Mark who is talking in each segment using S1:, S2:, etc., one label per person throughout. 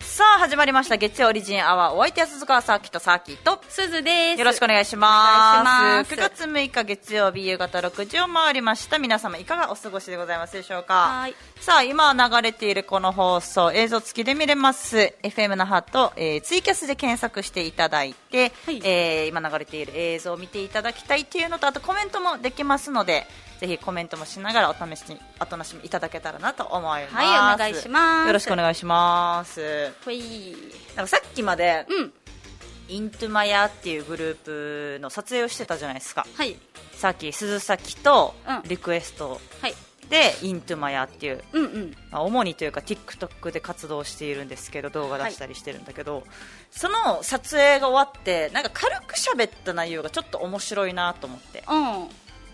S1: さあ始まりました月曜オリジンアワーお相手は鈴川サーキットサーキット
S2: すずです
S1: よろしくお願いしま
S2: お願い
S1: す
S2: し
S1: 9
S2: ます
S1: 月6日月曜日夕方6時を回りました皆様いかがお過ごしでございますでしょうか
S2: はい
S1: さあ今流れているこの放送映像付きで見れます FM 那覇と、えーツイキャスで検索していただいて、
S2: はい
S1: えー今流れている映像を見ていただきたいっていうのとあとコメントもできますのでぜひコメントもしながらお試しにお楽しみいただけたらなと思います
S2: はいお願いします
S1: よろしくお願いします
S2: ほい
S1: なんかさっきまで、
S2: うん
S1: イントゥマヤっていうグループの撮影をしてたじゃないですか
S2: はい
S1: さっき鈴崎と
S2: うん
S1: リクエスト
S2: はい
S1: で、イントゥマヤっていう、
S2: うんうん
S1: まあ、主にというか TikTok で活動しているんですけど動画出したりしてるんだけど、その撮影が終わってなんか軽く喋った内容がちょっと面白いなと思って
S2: うん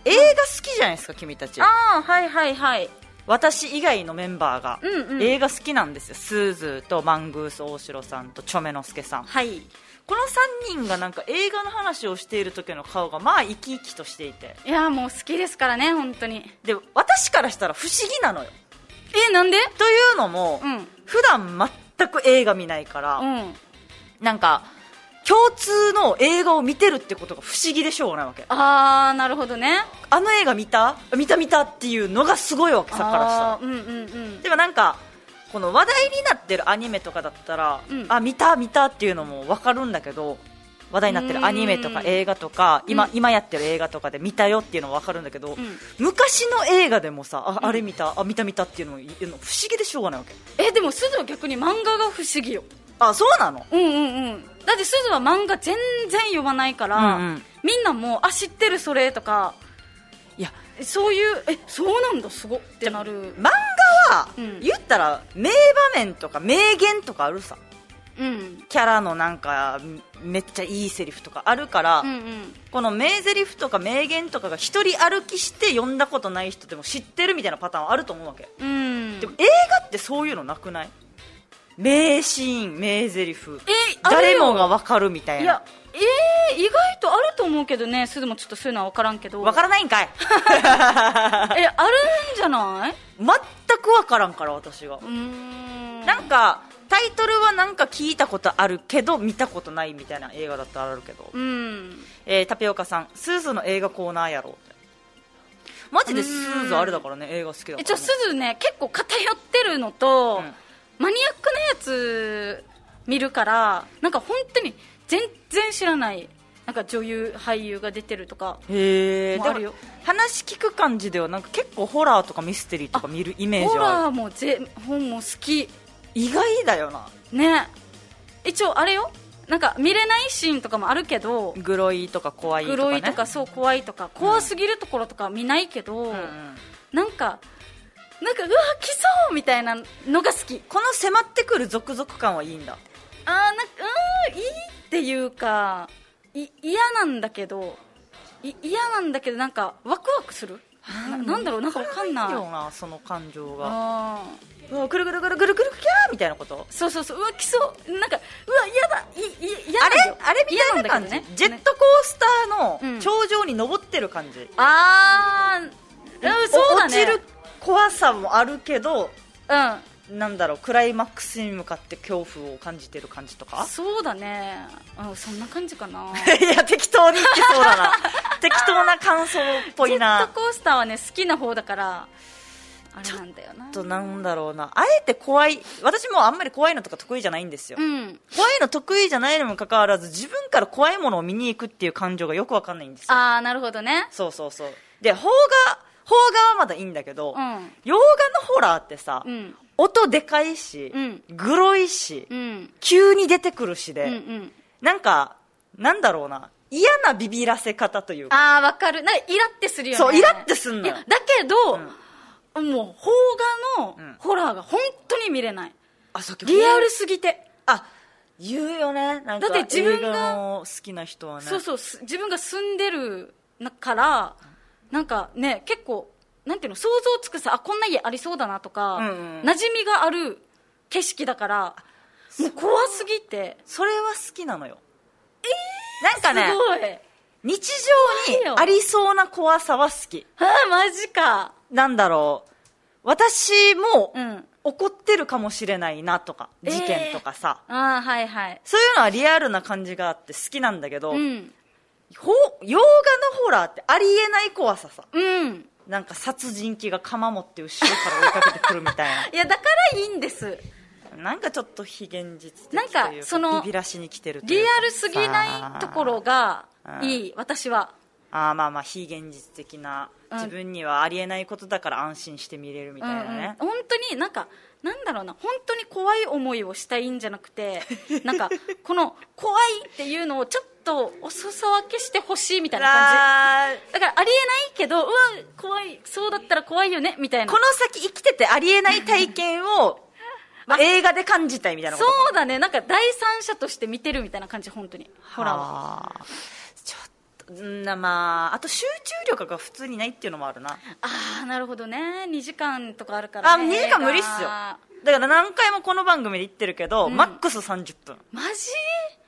S1: 映画好きじゃないですか君たち
S2: ああはいはいはい
S1: 私以外のメンバーが、
S2: うんうん
S1: 映画好きなんですよスーズーとマングース大城さんとチョメノスケさん
S2: はいい
S1: この3人がなんか映画の話をしている時の顔がまあ生き生きとしていて
S2: やーもう好きですからね本当に
S1: で私からしたら不思議なのよ
S2: えなんで
S1: というのも、
S2: うん
S1: 普段全く映画見ないから、
S2: うん
S1: なんか共通の映画を見てるってことが不思議でしょうがないわけ
S2: ああなるほどね
S1: あの映画見た見た見たっていうのがすごいわけさっきからしたら
S2: あーうんうんうん
S1: でもなんかこの話題になってるアニメとかだったら、
S2: うん
S1: あ見た見たっていうのも分かるんだけど話題になってるアニメとか
S2: うん
S1: 映画とか今,、
S2: うん
S1: 今やってる映画とかで見たよっていうのは分かるんだけど、
S2: ん
S1: 昔の映画でもさああれ見た、あ見た見たっていうのもい不思議でしょうがないわけ
S2: えでもすずは逆に漫画が不思議よ
S1: あそうなの
S2: うんうんうんだってすずは漫画全然読まないから、
S1: うんうん
S2: みんなもうあ知ってるそれとか
S1: いや
S2: そういうえそうなんだすごっってなる
S1: 漫画は、
S2: うん
S1: 言ったら名場面とか名言とかあるさ
S2: うん
S1: キャラのなんかめっちゃいいセリフとかあるから、
S2: うんうん
S1: この名台詞とか名言とかが一人歩きして読んだことない人でも知ってるみたいなパターンはあると思うわけ、
S2: うん
S1: でも映画ってそういうのなくない名シーン名台詞
S2: えある
S1: 誰
S2: よ
S1: もが分かるみたい
S2: い
S1: な
S2: やえー、意外とあると思うけどねすずもちょっとそういうのは分からんけど
S1: 分からないんか い
S2: えあるんじゃない
S1: 全く分からんから私が
S2: うーん
S1: なんかタイトルはなんか聞いたことあるけど見たことないみたいな映画だったらあるけど、
S2: うん
S1: えータピオカさんスーズの映画コーナーやろうってマジでスーズあれだからね映画好きだから、ね、
S2: えちょすずね結構偏ってるのと、
S1: うん
S2: マニアックなやつ見るからなんか本当に全然知らないなんか女優俳優が出てるとか
S1: へえ
S2: もあるよ
S1: 話聞く感じではなんか結構ホラーとかミステリーとか見るイメー
S2: ホ
S1: ジはあ
S2: ラ
S1: る
S2: ーもぜ本も好き
S1: 意外だよな
S2: ね一応あれよなんか見れないシーンとかもあるけど
S1: グロいとか怖いとか、ね、
S2: 黒いとかそう怖いとか怖すぎるところとか見ないけど、
S1: うんうん
S2: なんかなんかうわ来そうみたいなのが好き
S1: この迫ってくる続々感はいいんだ
S2: あーなんかうーんいいっていうかい嫌なんだけどい嫌なんだけどなんかワクワクするななんだろうなんかわかんない
S1: いよなその感情が
S2: あ
S1: うわぐるぐるぐるぐるぐるキャーみたいなこと
S2: ーそうそうそううわ来そうなんかうわ嫌だいい嫌
S1: あ
S2: なんだ
S1: れ
S2: よ
S1: あれみたいな感
S2: 嫌
S1: じ、
S2: んだけどね
S1: ジェットコースター
S2: う
S1: の
S2: ん
S1: 頂上に登ってる感じ、
S2: あーうんそうだ
S1: 落
S2: ね
S1: ちる怖さもあるけど
S2: うん
S1: なんだろうクライマックスに向かって恐怖を感じてる感じとか
S2: そうだね、うん、そんな感じかな
S1: いや適当に言ってそう だな適当な感想っぽい
S2: ジェッ
S1: な
S2: トコースターはね好きな方だからあれなんだよな
S1: あとなんだろうなあえて怖い私もあんまり怖いのとか得意じゃないんですよ、
S2: うん
S1: 怖いの得意じゃないにもかかわらず自分から怖いものを見に行くっていう感情がよくわかんないんですよ
S2: ああなるほどね
S1: そうそうそうで邦画邦画はまだいいんだけど、
S2: うん
S1: 洋画のホラーってさ、
S2: うん
S1: 音でかいし、
S2: うん
S1: グロいし、
S2: うん
S1: 急に出てくるしで、
S2: うんうん
S1: なんかなんだろうな嫌なビビらせ方というか
S2: ああわかるなんかイラってするよね
S1: そうイラってすんの
S2: い
S1: よ
S2: やだけど、もう邦画
S1: うん
S2: のホラーが本当に見れない
S1: あさっき
S2: リアルすぎて、
S1: あ言うよねなんか
S2: だって自分が
S1: 映画の好きな人はね
S2: そうそうす自分が住んでるなからなんかね結構なんていうの想像つくさあこんな家ありそうだなとか、
S1: うんうん
S2: 馴染みがある景色だからもう怖すぎて
S1: それは好きなのよええなんか
S2: す
S1: ね
S2: ごい
S1: 日
S2: 怖い
S1: 常に
S2: よ
S1: ありそうな怖さは好き
S2: ああマジか
S1: なんだろう私も
S2: うん
S1: 怒ってるかもしれないなとか
S2: えー
S1: 事件とかさ、
S2: ああはいはい
S1: そういうのはリアルな感じがあって好きなんだけど、
S2: うん
S1: ほ洋画のホラーってありえない怖ささ
S2: うん
S1: なんか殺人鬼が釜持って後ろから追いかけてくるみたい
S2: いやだからいいんです
S1: ななんかちょっと非現実的というか
S2: なんかその
S1: ビビらしに来てるとい
S2: リ
S1: うか
S2: アルすぎないところがいい私は
S1: あーまあまあ非現実的な
S2: うん
S1: 自分にはありえないことだから安心して見れるみたいなね、
S2: うんうん、本当になんかなんだろうな本当に怖い思いをしたいんじゃな くてなんかこの怖いっていうのをちょっとおそそ分けしてほしいみたいな感
S1: あー
S2: じだからありえないけどうわ怖いそうだったら怖いよねみたいな
S1: この先生きててありえない体験をまあ映画で感じたいみたいなこと
S2: そうだねなんか第三者として見てるみたいな感じ本当にホラーは
S1: はあちょっとんなまああと集中力が普通にないっていうのもあるな
S2: ああなるほどね2時間とかあるから、ね、
S1: あ2時間無理っすよ
S2: 映画
S1: だから何回もこの番組で言ってるけど、
S2: うん
S1: マックス30分
S2: マジ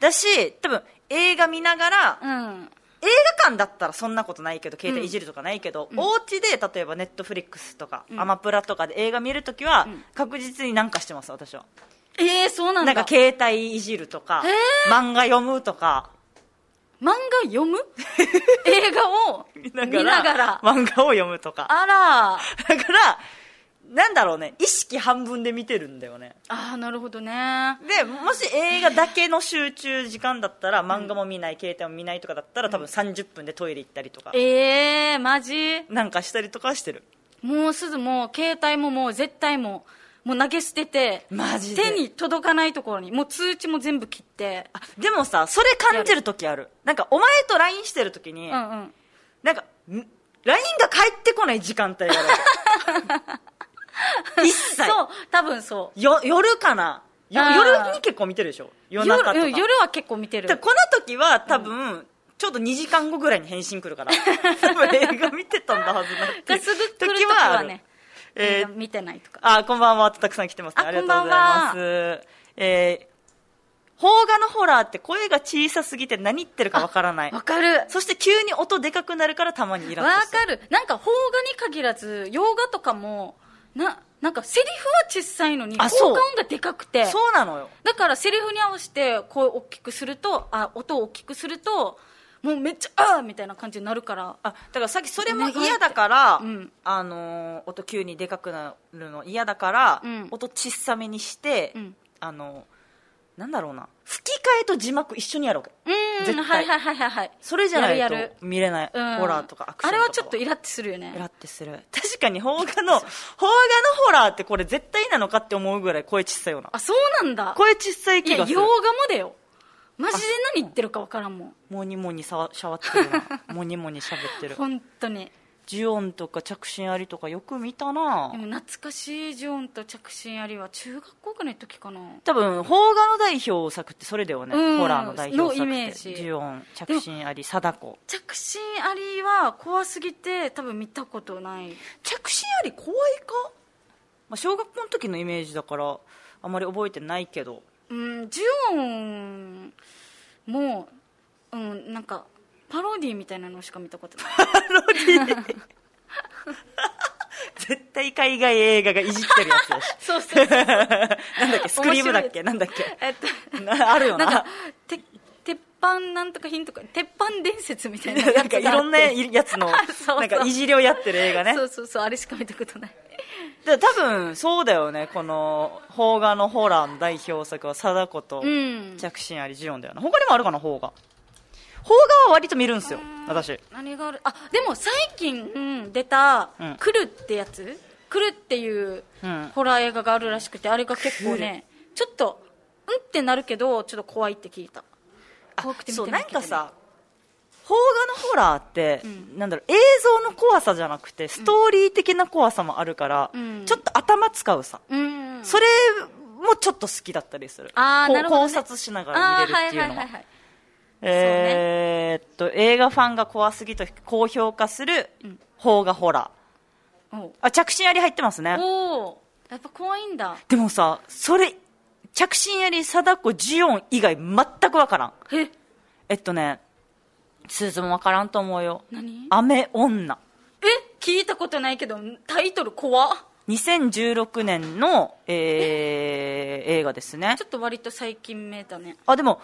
S1: だし多分映画見ながら、
S2: うん
S1: 映画館だったらそんなことないけど携帯いじるとかないけど、お家で例えばネットフリックスとか、アマプラとかで映画見るときは、確実に何かしてます私は
S2: えー、そうなん
S1: な
S2: だ
S1: んか携帯いじるとか、漫画読むとか
S2: 漫画 読む映画を見ながら
S1: 漫画を読むとか
S2: あら
S1: だからなんだろうね意識半分で見てるんだよね
S2: ああなるほどね
S1: でもし映画だけの集中時間だったら漫画も見ない、携帯も見ないとかだったら多分30分でトイレ行ったりとか、
S2: ええー、マジ
S1: なんかしたりとかはしてる
S2: もうすずもう携帯ももう絶対もうもう投げ捨てて
S1: マジで
S2: 手に届かないところにもう通知も全部切って
S1: あでもさそれ感じる時あるなんかお前と LINE してる時に、
S2: うんうん
S1: なんかん LINE が返ってこない時間帯が ある一切
S2: そう多分そう
S1: よ夜かなよ
S2: あー
S1: 夜に結構見てるでしょ夜中とか
S2: 夜うん夜は結構見てる
S1: でこの時は多分、ちょうど2時間後ぐらいに返信来るから 多分映画見てたんだはずなってい
S2: が
S1: う
S2: すぐ来るときは
S1: 時は
S2: ね
S1: あるえ
S2: 映画
S1: ー
S2: 見てないとか
S1: あこんばんはたくさん来てますね
S2: あ
S1: ありがとうございますえー邦画のホラーって声が小さすぎて何言ってるかわからない
S2: わかる
S1: そして急に音でかくなるからたまにイラッ
S2: わ
S1: とする
S2: かるなんか邦画に限らず洋画とかもななんかセリフは小さいのに効
S1: あ
S2: 果
S1: そう
S2: 音がでかくて
S1: そうなのよ
S2: だからセリフに合わせて声を大きくするとあ音を大きくするともうめっちゃあーみたいな感じになるから
S1: あだからさっきそれも嫌だから、
S2: うん
S1: あのー音急にでかくなるの嫌だから、
S2: うん
S1: 音小さめにして、
S2: うん
S1: あのーなんだろうな吹き替えと字幕一緒にやろう
S2: うーん
S1: 絶対
S2: はいはいはいはいはい
S1: それじゃない
S2: やるやる
S1: と見れない
S2: うん
S1: ホラーとかアクションとか
S2: あれはちょっとイラッてするよね
S1: イラってする確かに邦画の邦画のホラーってこれ絶対なのかって思うぐらい声小さいような
S2: あそうなんだ
S1: 声小さい
S2: い
S1: 気
S2: や
S1: がする
S2: 洋画もだよマジで何言ってるかわからんもん
S1: モニモニさわしゃわってるよ なモニモニしゃべってる
S2: 本当に
S1: ジュオンとか着信ありとかよく見たな
S2: でも懐かしいジョンと着信ありは中学校ぐらいの時かな
S1: 多分邦画の代表作ってそれだよね、
S2: うん
S1: ホラーの代表作
S2: のイメ
S1: っ
S2: ージ
S1: てジュオン着信あり貞子
S2: 着信ありは怖すぎて多分見たことない
S1: 着信あり怖いか、まあ、小学校の時のイメージだからあまり覚えてないけど
S2: うんジュオンもうんなんかパロディみたいなのしか見たことない
S1: 絶対海外映画がいじってるやつだし
S2: そうそう
S1: なんだっけスクリームだっけなんだっけ
S2: えっと
S1: なあるよ
S2: な
S1: なん
S2: かて鉄板なんとかヒンとか鉄板伝説みたいなやつ
S1: な
S2: があっ
S1: ん
S2: て
S1: かいろんなやつの
S2: そうそう
S1: なんかいじりをやってる映画ね
S2: そうそうそうあれしか見たことない
S1: で多分そうだよねこの邦画のホラーの代表作は貞子と
S2: うん
S1: 着信ありジオンだよな他にもあるかな邦画邦画は割と見るんですよ私
S2: 何があるあでも最近、うん出た
S1: うん
S2: 「来る」ってやつ「来る」っていう
S1: うん
S2: ホラー映画があるらしくてあれが結構ねちょっとうんってなるけどちょっと怖いって聞いた怖くて見
S1: そう
S2: てな
S1: ないん
S2: けど
S1: か
S2: ね
S1: さ邦画のホラーって、なんだろう映像の怖さじゃなくてストーリー的な怖さもあるから、
S2: うん
S1: ちょっと頭使うさ、
S2: うん
S1: それもちょっと好きだったりする
S2: あー
S1: こう
S2: なるほどね
S1: 考察しなが
S2: あ
S1: ら
S2: ー
S1: 見れるっていうのは,、
S2: はいはいはいはい
S1: えーっと映画ファンが怖すぎと高評価する
S2: うん
S1: 邦画ホラー
S2: おう
S1: あ着信あり入ってますね
S2: おうやっぱ怖いんだ
S1: でもさそれ着信あり貞子ジオン以外全くわからん
S2: え
S1: えっとねスーズもわからんと思うよ
S2: 何
S1: 雨女
S2: え聞いたことないけどタイトル怖っ
S1: 2016年の、えー映画ですね
S2: ちょっと割と最近めだね
S1: あでも、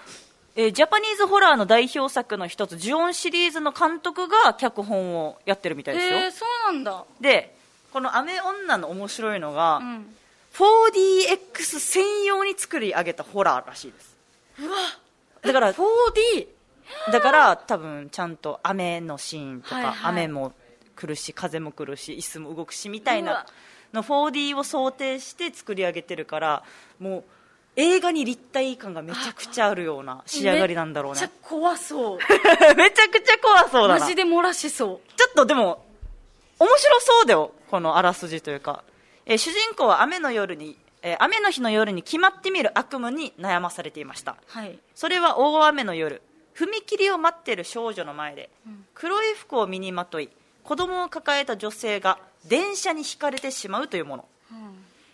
S1: えージャパニーズホラーの代表作の一つジュオンシリーズの監督が脚本をやってるみたいですよ、
S2: えー、そうなんだ
S1: でこの「雨女」の面白いのが、
S2: うん
S1: 4DX 専用に作り上げたホラーらしいですだから
S2: 4D
S1: だから多分ちゃんと雨のシーンとか、
S2: はいはい
S1: 雨も来るし風も来るし椅子も動くしみたいうな
S2: わ
S1: の 4D を想定して作り上げてるからもう映画に立体感がめちゃくちゃあるような仕上がりなんだろうね
S2: めっちゃ 怖そう
S1: めちゃくちゃ怖そうだ
S2: マ
S1: な
S2: ジで漏らしそう
S1: ちょっとでも、面白そうだよ、このあらすじというか。えー主人公は雨の夜に、えー雨の日の夜に決まってみる悪夢に悩まされていました。
S2: はい
S1: それは大雨の夜、踏切を待っている少女の前で、黒い服を身にまとい、子供を抱えた女性が電車にひかれてしまうというもの。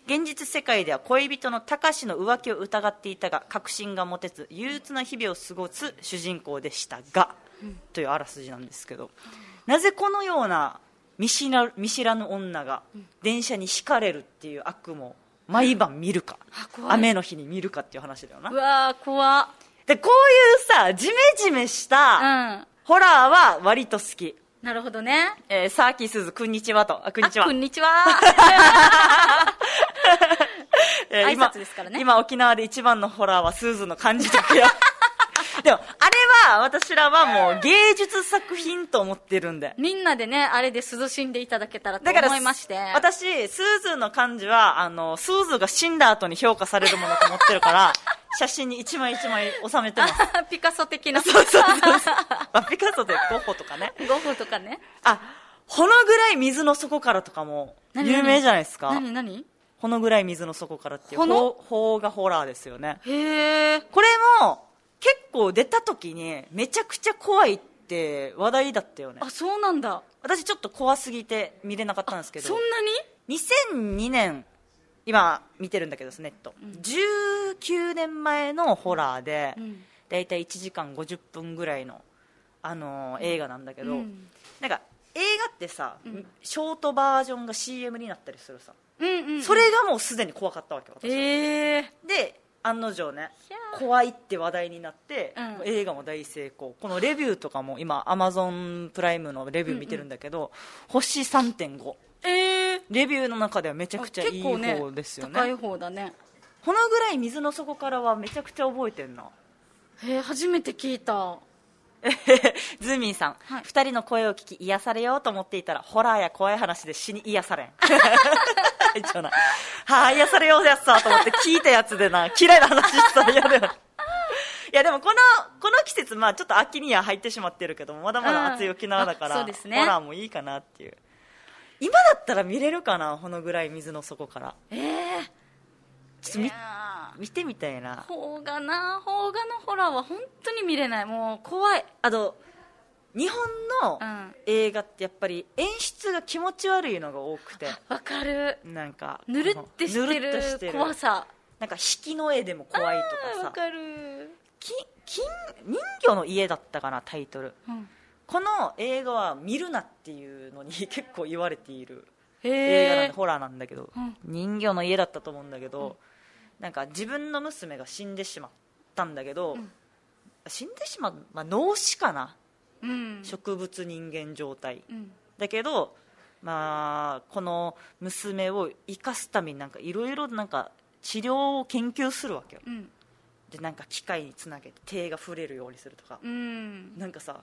S1: 現実世界では恋人のたかしの浮気を疑っていたが確信が持てず憂鬱な日々を過ごす主人公でしたが、というあらすじなんですけど、なぜこのような見知ら見知らぬ女が電車にひかれるっていう悪夢を毎晩見るか、
S2: あ怖い
S1: 雨の日に見るかっていう話だよな
S2: うわー怖っ
S1: でこういうさジメジメし
S2: う
S1: た
S2: ん
S1: ホラーは割と好き、
S2: なるほどね
S1: えー、サーキーすずこんにちはとあこんにちは
S2: あこんにちは
S1: えー今
S2: 挨拶ですからね
S1: 今沖縄で一番のホラーはスーズの漢字だけや でもあれは私らはもう芸術作品と思ってるんで
S2: みんなでねあれで涼しんでいただけたらと
S1: だから
S2: 思いまして
S1: 私スーズの漢字はあのスーズが死んだ後に評価されるものと思ってるから 写真に一枚一枚収めてます
S2: ピカソ的な
S1: そうそうそうそうまあピカソでゴッホとかね
S2: ゴッホとかね
S1: あほのぐらい水の底からとかも
S2: 何何
S1: 有名じゃないですか
S2: 何何
S1: ほのぐらい水の底からっていう
S2: ほの
S1: ほうほうがホラーですよね
S2: へえ
S1: これも結構出た時にめちゃくちゃ怖いって話題だったよね
S2: あそうなんだ
S1: 私ちょっと怖すぎて見れなかったんですけ
S2: そ
S1: ど
S2: んなに
S1: 2002年今見てるんだけどネット、19年前のホラーで、
S2: ん
S1: だいたい1時間50分ぐらいの、あのー映画なんだけど、
S2: うん
S1: なんか映画ってさ、ショートバージョンが CM になったりするさ、
S2: うんうん
S1: それがもうすでに怖かったわけ私は
S2: ええ
S1: で案の定ね
S2: ひゃー
S1: 怖いって話題になって、
S2: うん
S1: 映画も大成功このレビューとかも今アマゾンプライムのレビュー見てるんだけど、星3.5
S2: ええ
S1: レビューの中ではめちゃくちゃいい方ですよね
S2: 高い方だね
S1: このぐらい水の底からはめちゃくちゃ覚えてんな
S2: へえ初めて聞いた
S1: ズーミンさん、
S2: はい
S1: 2人の声を聞き癒されようと思っていたらホラーや怖い話で死に癒されん 一応なはあ癒されようやつだと思って聞いたやつでな嫌いな話したら嫌だよいやでもこのこの季節、まあ、ちょっと秋には入ってしまってるけどまだまだ暑い沖縄だから、
S2: うんあそうですね
S1: ホラーもいいかなっていう今だったら見れるかなこのぐらい水の底から
S2: ええ
S1: ちょっと見
S2: いやー
S1: 見てみたいな
S2: 邦画な邦画のホラーは本当に見れないもう怖い
S1: あと日本の
S2: うん
S1: 映画ってやっぱり演出が気持ち悪いのが多くて
S2: わかる
S1: なんか
S2: ぬるってし
S1: ぬ
S2: て
S1: るっとして
S2: る怖さ
S1: なんか引きの絵でも怖い
S2: あー
S1: と
S2: わ
S1: かさ
S2: かる
S1: き金人魚の家だったかなタイトル
S2: うん
S1: この映画は見るなっていうのに 結構言われている映画なん
S2: へ
S1: で
S2: え
S1: ホラーなんだけど、
S2: うん
S1: 人魚の家だったと思うんだけど、なんか自分の娘が死んでしまったんだけど、
S2: ん
S1: 死んでしまう、まあ、脳死かな、
S2: うん
S1: 植物人間状態
S2: うん
S1: だけど、まあ、この娘を生かすためになんかいろいろなんか治療を研究するわけよ
S2: うん
S1: でなんか機械につなげて手が触れるようにするとか、
S2: うん
S1: なんかさ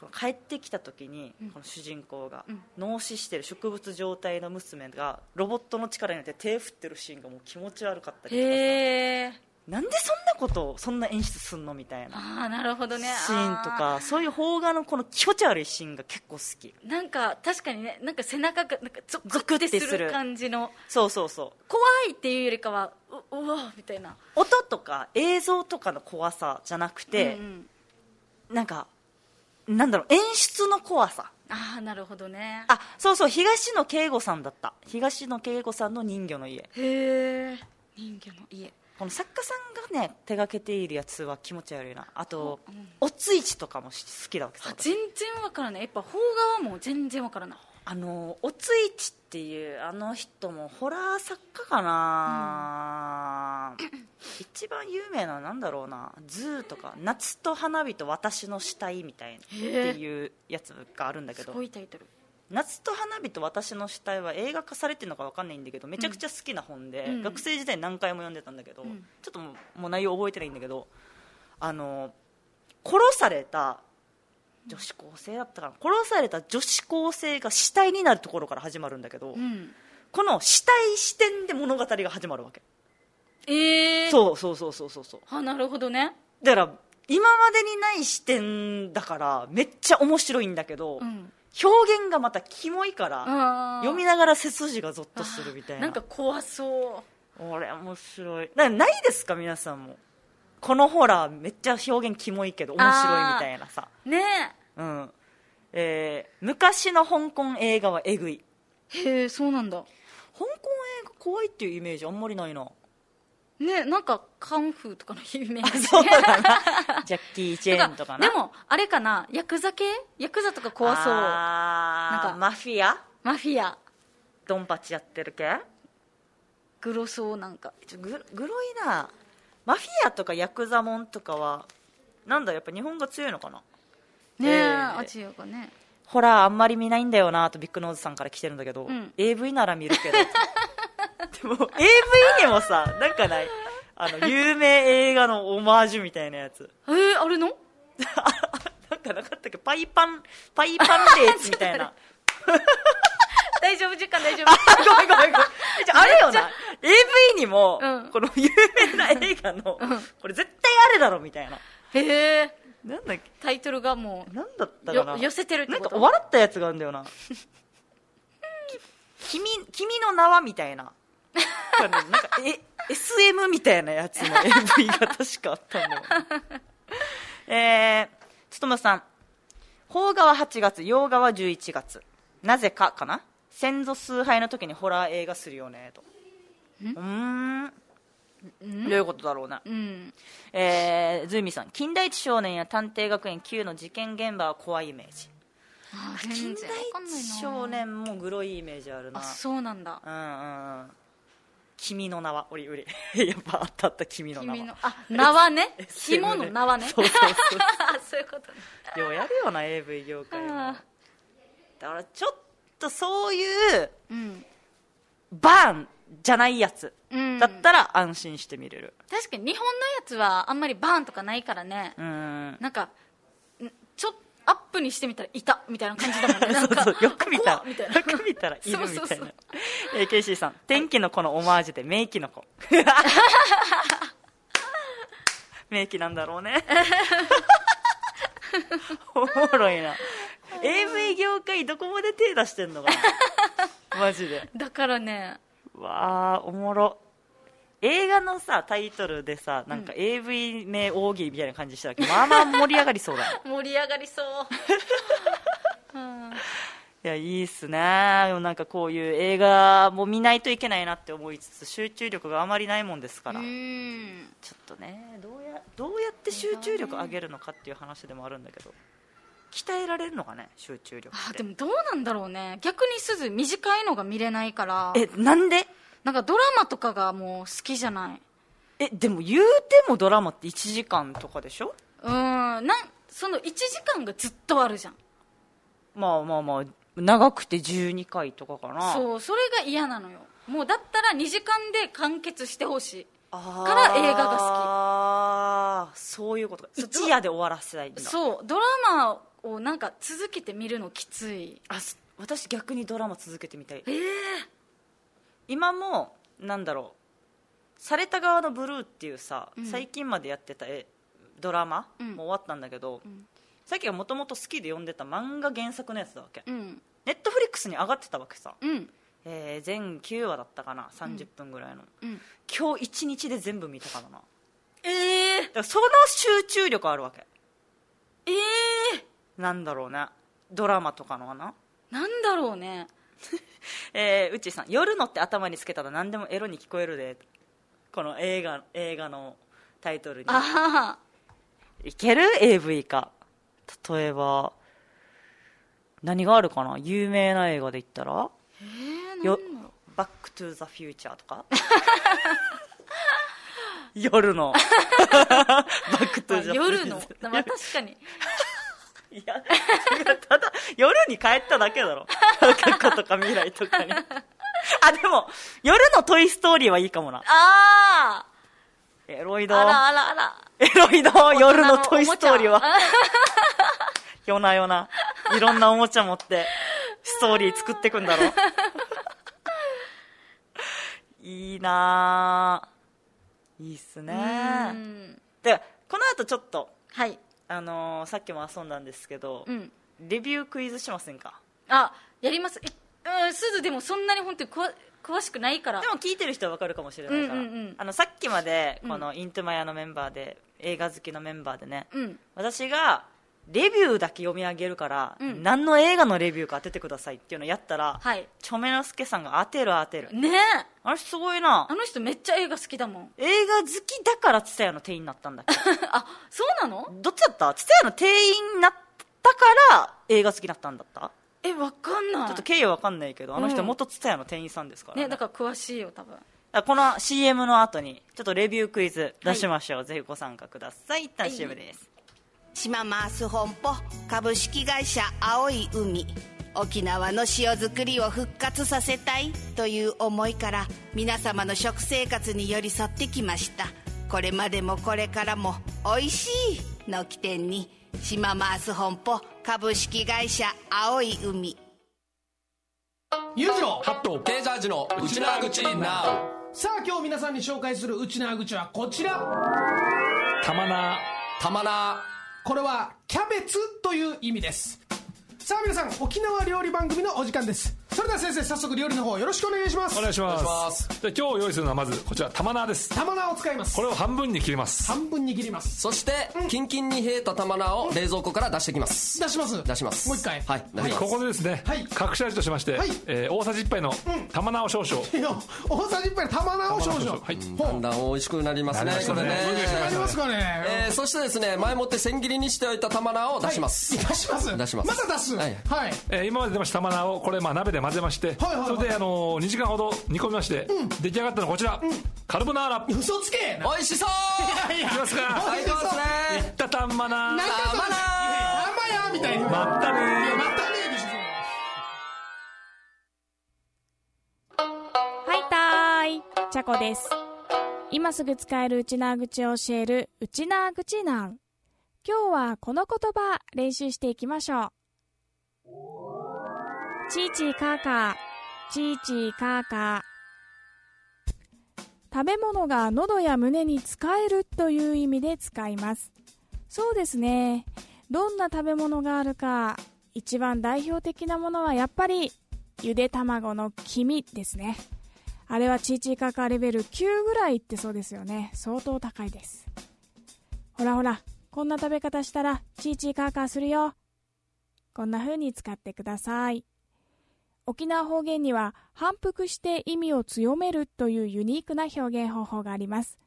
S1: この帰ってきた時に
S2: うん
S1: この主人公が
S2: うん
S1: 脳死してる植物状態の娘がロボットの力によって手振ってるシーンがもう気持ち悪かったりとかさ
S2: へえ
S1: なんでそんなことをそんな演出すんのみたいな
S2: ああなるほどね
S1: シーンとかそういう邦画のこの気持ち悪いシーンが結構好き
S2: あーなんか確かにねなんか背中がなんかゾ
S1: ゾ
S2: ゾ
S1: ク
S2: ク
S1: ッ
S2: ってて
S1: する
S2: する感じの
S1: そうそうそう
S2: 怖いっていうよりかはううわみたいな
S1: 音とか映像とかの怖さじゃなくて、
S2: うんうん
S1: なんかなんだろう演出の怖さ
S2: ああなるほどね
S1: あそうそう東野圭吾さんだった東野圭吾さんの人魚の家
S2: へえ人魚の家
S1: この作家さんがね手がけているやつは気持ち悪いなあと、
S2: うん
S1: おついちとかも好きだわけさ
S2: あ全然わからないやっぱ邦画はもう全然わからない
S1: あのおついちっていうあの人もホラー作家かな、一番有名ななんだろうな「ズー」とか「夏と花火と私の死体」みたいなって
S2: へえ
S1: いうやつがあるんだけ
S2: す
S1: ど
S2: ごいタイトル
S1: 夏と花火と私の死体は映画化されてるのか分かんないんだけどめちゃくちゃ好きな本で、
S2: うん
S1: 学生時代何回も読んでたんだけど、
S2: うん
S1: ちょっともうもう内容覚えてないんだけどあの殺された女子高生だったかな殺された女子高生が死体になるところから始まるんだけど、
S2: うん
S1: この死体視点で物語が始まるわけ、
S2: ええ
S1: そうそうそうそうそうそう
S2: あなるほどね
S1: だから今までにない視点だからめっちゃ面白いんだけど、
S2: うん
S1: 表現がまたキモいから、
S2: あー
S1: 読みながら背筋がゾッとするみたいな
S2: なんか怖そう
S1: 俺面白いなないですか皆さんもこのホラーめっちゃ表現キモいけど面白いみたいなさ
S2: ね
S1: うんえー昔の香港映画はえぐい
S2: えへえそうなんだ
S1: 香港映画怖いっていうイメージあんまりないな
S2: ねなんかカンフーとかの有 名な
S1: そうだな ジャッキー・チェーンとかな
S2: でもあれかなヤクザ系ヤクザとか怖そう
S1: あ
S2: なん
S1: ー
S2: か
S1: マフィア
S2: マフィア
S1: ドンパチやってる系
S2: グロそうなんか
S1: ちょグログロいなマフィアとかヤクザモンとかはなんだやっぱ日本が強いのかな
S2: ねえ、
S1: ええ
S2: アジアがね
S1: ホラーあんまり見ないんだよなとビッグノーズさんから来てるんだけど、
S2: うん
S1: AV なら見るけ どでも AV にもさなんかないあの有名映画のオマージュみたいなやつ
S2: えー、あれの
S1: なんかなかったっけパイパンパイパンレースみた いな
S2: 大丈夫時間大丈夫
S1: ごめんごめんごめんじゃ ああれよな AV にも、
S2: うん
S1: この有名な映画の、これ絶対あれだろみたいな
S2: へ え
S1: なんだっけ
S2: タイトルがも
S1: なんだった
S2: う
S1: かな
S2: よ寄せてるって
S1: なん
S2: こ
S1: か
S2: と
S1: 笑ったやつがあるんだよな き君君の名はみたいななんかえ SM みたいなやつの AV が確かあったんだよなえー、つとむさん邦画は8月洋画は11月なぜかかな先祖崇拝の時にホラー映画するよねとうーんどういうことだろうな
S2: うん
S1: えー、ズーミさん金田一少年や探偵学園 Q の事件現場は怖いイメージ
S2: あー
S1: 近代
S2: 全然わかんないな
S1: 少年もグロいイメージあるな
S2: あそうなんだ
S1: うんうんうん君の名はおりお りやっぱあったあった君の名は
S2: 君の あ縄ね
S1: SM
S2: 紐の縄ね
S1: そうそうそ
S2: あそういうことね
S1: うようやるよな AV 業界もだ
S2: あ
S1: からちょっとそういう
S2: ーうん
S1: バーンじゃないやつ
S2: うん
S1: だったら安心して見れる
S2: 確かに日本のやつはあんまりバーンとかないからね
S1: うん
S2: なんかんちょっとアップにしてみたらいたみたいな感じだもんねなん
S1: そう
S2: か
S1: そうよく見た
S2: 怖っみたい
S1: よく見たらいるみたいな
S2: そうそうそう
S1: えーケイシーさん天気の子のオマージュで名気の 子名気なんだろうねおもろいな AV 業界どこまで手出してんのかなマジで
S2: だからね
S1: わあおもろ映画のさタイトルでさなんか AV 名大喜利みたいな感じしたら、まあまあ盛り上がりそうだな
S2: 盛り上がりそう うん
S1: いやいいっすねでもなんかこういう映画も見ないといけないなって思いつつ集中力があまりないもんですから、
S2: う
S1: ちょ
S2: ん
S1: っとねどうやどうやって集中力上げるのかっていう話でもあるんだけど鍛えられるのかね集中力
S2: あ
S1: って
S2: でもどうなんだろうね逆にすず短いのが見れないから
S1: えなんで
S2: なんかドラマとかがもう好きじゃない
S1: えでも言うてもドラマって1時間とかでしょ
S2: うんなんその1時間がずっとあるじゃん
S1: まあまあまあ長くて12回とかかな
S2: そうそれが嫌なのよもうだったら2時間で完結してほしい
S1: か
S2: から映画が好き
S1: ああそういうことか
S2: そう
S1: 一夜で終わらせたいんだ
S2: そうドラマをなんか続けて見るのきつい
S1: あす私逆にドラマ続けてみたい
S2: ええ
S1: 今もなんだろう「された側のブルー」っていうさ、
S2: うん
S1: 最近までやってたえドラマ、
S2: うん
S1: もう終わったんだけど、
S2: ん
S1: さっきがもともと好きで読んでた漫画原作のやつだわけ
S2: うん
S1: ネットフリックスに上がってたわけさ、
S2: うん
S1: えー全9話だったかな30分ぐらいの、
S2: うん
S1: 今日1日で全部見たからなだか
S2: ええ
S1: らその集中力あるわけ
S2: ええ
S1: なんだろうねドラマとかのはな
S2: なんだろうね
S1: えー、うっちーさん夜のって頭につけたら何でもエロに聞こえるでこの映画映画のタイトルに
S2: ああ
S1: いける AV か例えば何があるかな有名な映画で言ったら
S2: えー、
S1: よ
S2: なんだろう
S1: バックトゥーザフューチャーとか 夜 のバックト
S2: ま
S1: ゥ
S2: あ
S1: ーザフューチャー
S2: 夜の、まあ、確かに
S1: いや違うただ夜に帰っただけだろ過去とか未来とか にあでも夜の「トイ・ストーリー」はいいかもな
S2: あ
S1: エロい
S2: ああら
S1: だ
S2: あらあら
S1: エロいだ夜の「トイ・ストーリー」
S2: 大人の
S1: は夜な夜ないろんなおもちゃ持ってストーリー作ってくんだろいいなぁいいっす
S2: おもちゃ
S1: ね
S2: うん
S1: でこの後ちょっと
S2: はい
S1: あのーさっきも遊んだんですけど、
S2: うん
S1: レビュークイズしませんか
S2: あやりますえうんすずでもそんなに本当に詳詳しくないから
S1: でも聞いてる人はわかるかもしれないから、
S2: うんうんうん
S1: あのさっきまでこのイントゥマヤのメンバーで、映画好きのメンバーでね、
S2: うん
S1: 私がレビューだけ読み上げるから、
S2: うん
S1: 何の映画のレビューか当ててくださいっていうのやったら、
S2: はい
S1: チョメノスケさんが当てる当てる
S2: ねえ
S1: あれすごいな
S2: あの人めっちゃ映画好きだもん
S1: 映画好きだからツタヤの店員になったんだっけ
S2: あそうなの
S1: どっちだったツタヤの店員になったから映画好きになったんだった
S2: えわかんない
S1: ちょっと経緯わかんないけどあの人
S2: うん
S1: 元ツタヤの店員さんですからね,、
S2: ねだから詳しいよ多分
S1: あこの CM の後にちょっとレビュークイズ出しましょう、ぜひご参加ください一旦 CM です、
S3: 島マース本舗株式会社青い海沖縄の塩作りを復活させたいという思いから皆様の食生活に寄り添ってきましたこれまでもこれからも「おいしい」の起点に島マース本舗株式会社青い海
S4: ゆずの
S5: ハット経済ジのうちなぐちな
S4: さあ今日皆さんに紹介するうちなーぐちはこちら
S5: たまなたまな
S4: これはキャベツという意味ですさあ皆さん沖縄料理番組のお時間ですそれでは先生早速料理の方よろしくお願いします
S6: お願いします
S5: お願いします
S6: で今日用意するのはまずこちら玉菜です
S4: 玉菜を使います
S6: これを半分に切ります
S4: 半分に切ります
S5: そしてキンキンに冷えたたまなを冷蔵庫から出してきます
S4: 出します
S5: 出します
S4: もう一回
S5: はい出します
S6: ここでですね、
S4: はい
S6: 隠し味としまして、
S4: はい
S6: えー大さじ1杯の玉菜を少々、
S4: いや大さじ一杯の玉菜を少々
S6: はい
S4: ほ
S5: だん
S4: う
S5: だん美味しくなりますね
S6: なりまし
S5: こ
S6: たね
S5: れね
S6: どうでしょう
S4: ありますかね
S5: えーそしてですね前もって千切りにしておいたたまなを出します
S4: はい出します
S5: 出します
S4: また出す
S5: は
S4: はいい
S6: えー今まで出ました玉菜をこれまあ鍋で混ぜまして、
S4: はいはいはい
S6: それで、あのー、2時間ほど煮込みまして、出来上がったのはこちら、カルボナーラい
S4: 嘘つけ
S5: 美味し そう
S4: いや
S6: きますか
S4: お
S5: 最高ですね
S6: ったたま菜
S4: 何回
S5: 玉菜
S4: 生やみたいに
S6: ま
S4: いやま
S6: ったね
S4: たねえでしょそれ
S7: はいたーい、ちゃこです。今すぐ使えるうちなーぐちを教えるうちなーぐちなん。今日はこの言葉練習していきましょう。ちーちーかーかー、ちーちーかーかー。食べ物が喉や胸に使えるという意味で使います。そうですね。どんな食べ物があるか、一番代表的なものはやっぱり、ゆで卵の黄身ですね。あれはチーチーカーカーレベル9ぐらいいってそうですよね。相当高いです。ほらほら、こんな食べ方したらチーチーカーカーするよ。こんな風に使ってください。沖縄方言には反復して意味を強めるというユニークな表現方法があります。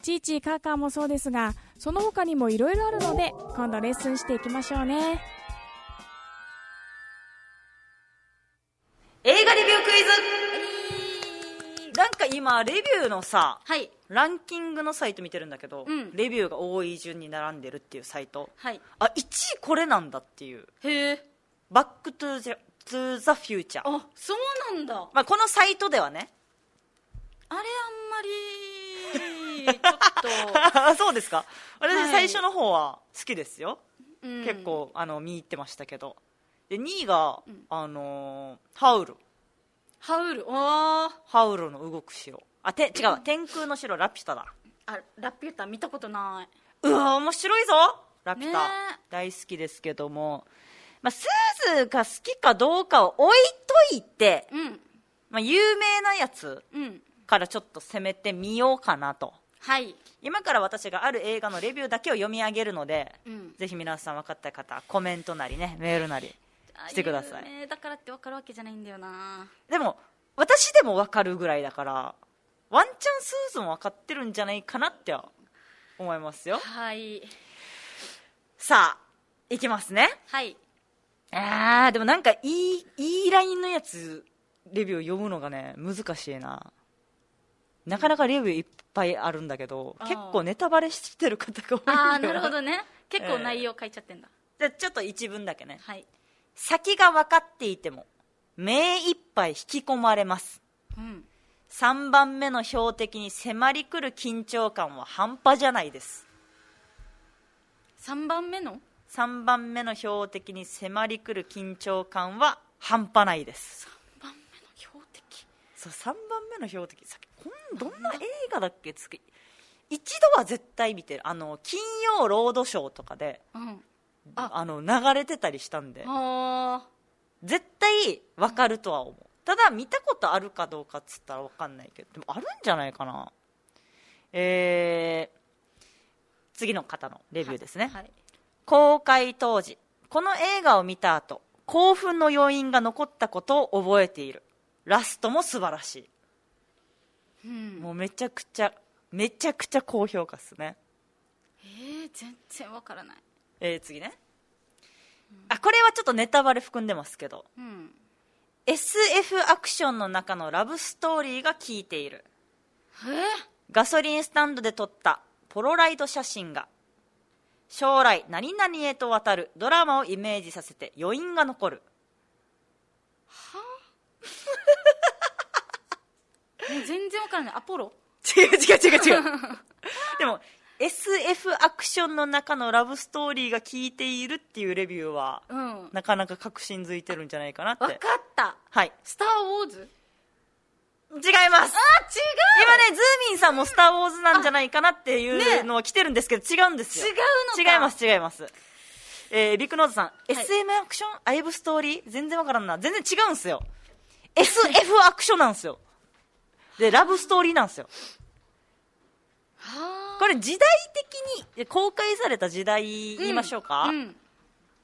S7: チーチーカーカーもそうですが、その他にもいろいろあるので、今度レッスンしていきましょうね。
S1: 映画レビュークイズなんか今レビューのさ
S2: はい
S1: ランキングのサイト見てるんだけど、
S2: うん
S1: レビューが多い順に並んでるっていうサイト
S2: はい
S1: あ1位これなんだっていう
S2: へえ
S1: バックトゥーザ・トゥザフューチャー、
S2: あそうなんだ
S1: まあ、このサイトではね
S2: あれあんまりちょ っ
S1: そうですか私、
S2: はい
S1: 最初の方は好きですよ、
S2: と、うん
S1: 結構あの見入ってましたけどで2位が、あのーハウル
S2: ハウルおー
S1: ハウルの動く城あて違うわ天空の城ラピュタだ
S2: あラピュタ見たことないう
S1: わ面白いぞラピュタ、
S2: ねえ
S1: 大好きですけども、まあ、スーズが好きかどうかを置いといて、
S2: うん
S1: まあ、有名なやつ
S2: うん
S1: からちょっと攻めてみようかなと
S2: はい
S1: 今から私がある映画のレビューだけを読み上げるので、
S2: うん
S1: ぜひ皆さん分かった方コメントなりねメールなり してください
S2: あ有名だからって分かるわけじゃないんだよな
S1: でも私でも分かるぐらいだからワンチャンスーズも分かってるんじゃないかなって思いますよ
S2: はい
S1: さあいきますね
S2: はい
S1: あーでもなんかいいいいラインのやつレビュー読むのがね難しいななかなかレビューいっぱいあるんだけど
S2: あー
S1: 結構ネタバレしてる方が多い
S2: ああ
S1: んだよ
S2: なるほどね結構
S1: ええ
S2: 内容書いちゃってんだ、
S1: じゃあちょっと一文だけね
S2: はい
S1: 先が分かっていても目いっぱい引き込まれます
S2: うん
S1: 3番目の標的に迫りくる緊張感は半端じゃないです
S2: 3番目の
S1: 3番目の標的に迫りくる緊張感は半端ないです
S2: 3番目の標的
S1: そう3番目の標的さっきこんどんな映画だっけつけ一度は絶対見てるあの金曜ロードショーとかで
S2: うんあ
S1: あの流れてたりしたんで
S2: あ
S1: 絶対分かるとは思うただ見たことあるかどうかっつったら分かんないけどでもあるんじゃないかなえー、次の方のレビューですね、
S2: ーはい
S1: 公開当時この映画を見た後興奮の余韻が残ったことを覚えているラストも素晴らしい、
S2: うん
S1: もうめちゃくちゃめちゃくちゃ高評価っすね
S2: えー、全然わからない
S1: えー、次ねあこれはちょっとネタバレ含んでますけど
S2: うん
S1: SF アクションの中のラブストーリーが効いている
S2: えー、
S1: ガソリンスタンドで撮ったポロライド写真が将来何々へと渡るドラマをイメージさせて余韻が残る
S2: もう全然わからないアポロ
S1: 違う違う違う違う でも SF アクションの中のラブストーリーが効いているっていうレビューは、
S2: うんわ
S1: なかなか確信づいてるんじゃないかなっ
S2: か
S1: て
S2: った
S1: はい
S2: スター・ウォーズ
S1: 違います
S2: あ違う
S1: 今ねズーミンさんも「スター・ウォーズ」なんじゃないかなってい
S2: ね
S1: うのは来てるんですけど違うんですよ
S2: 違うのか
S1: 違います違いますえー、ビッグノーズさん、SM アクションアイブストーリー全然わからんな全然違うんす よ SF アクションなんですよでラブストーリーなんですよ
S2: は
S1: これ時代的にえ公開された時代言いましょうか、
S2: あうん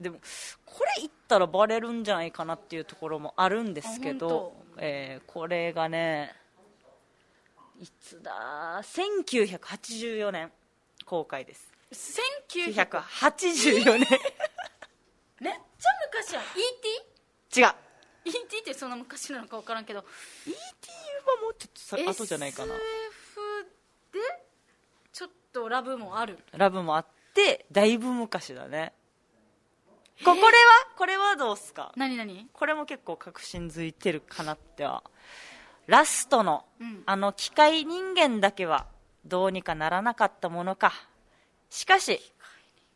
S1: でもこれ言ったらバレるんじゃないかなっていうところもあるんですけ
S2: あ
S1: ど
S2: 本、
S1: えーこれがねいつだ1984年公開です
S2: 1900
S1: 984年
S2: めっちゃ昔やん ET?ET
S1: 違う ET は
S2: ってそんな昔なのかわからんけど
S1: もうちょっとさ後じゃないかな
S2: SF でちょっとラブもある
S1: ラブもあってだいぶ昔だねここれはこれはどうっすか
S2: 何何
S1: これも結構確信づいてるかなってはラストの、
S2: うん
S1: あの機械人間だけはどうにかならなかったものかしかし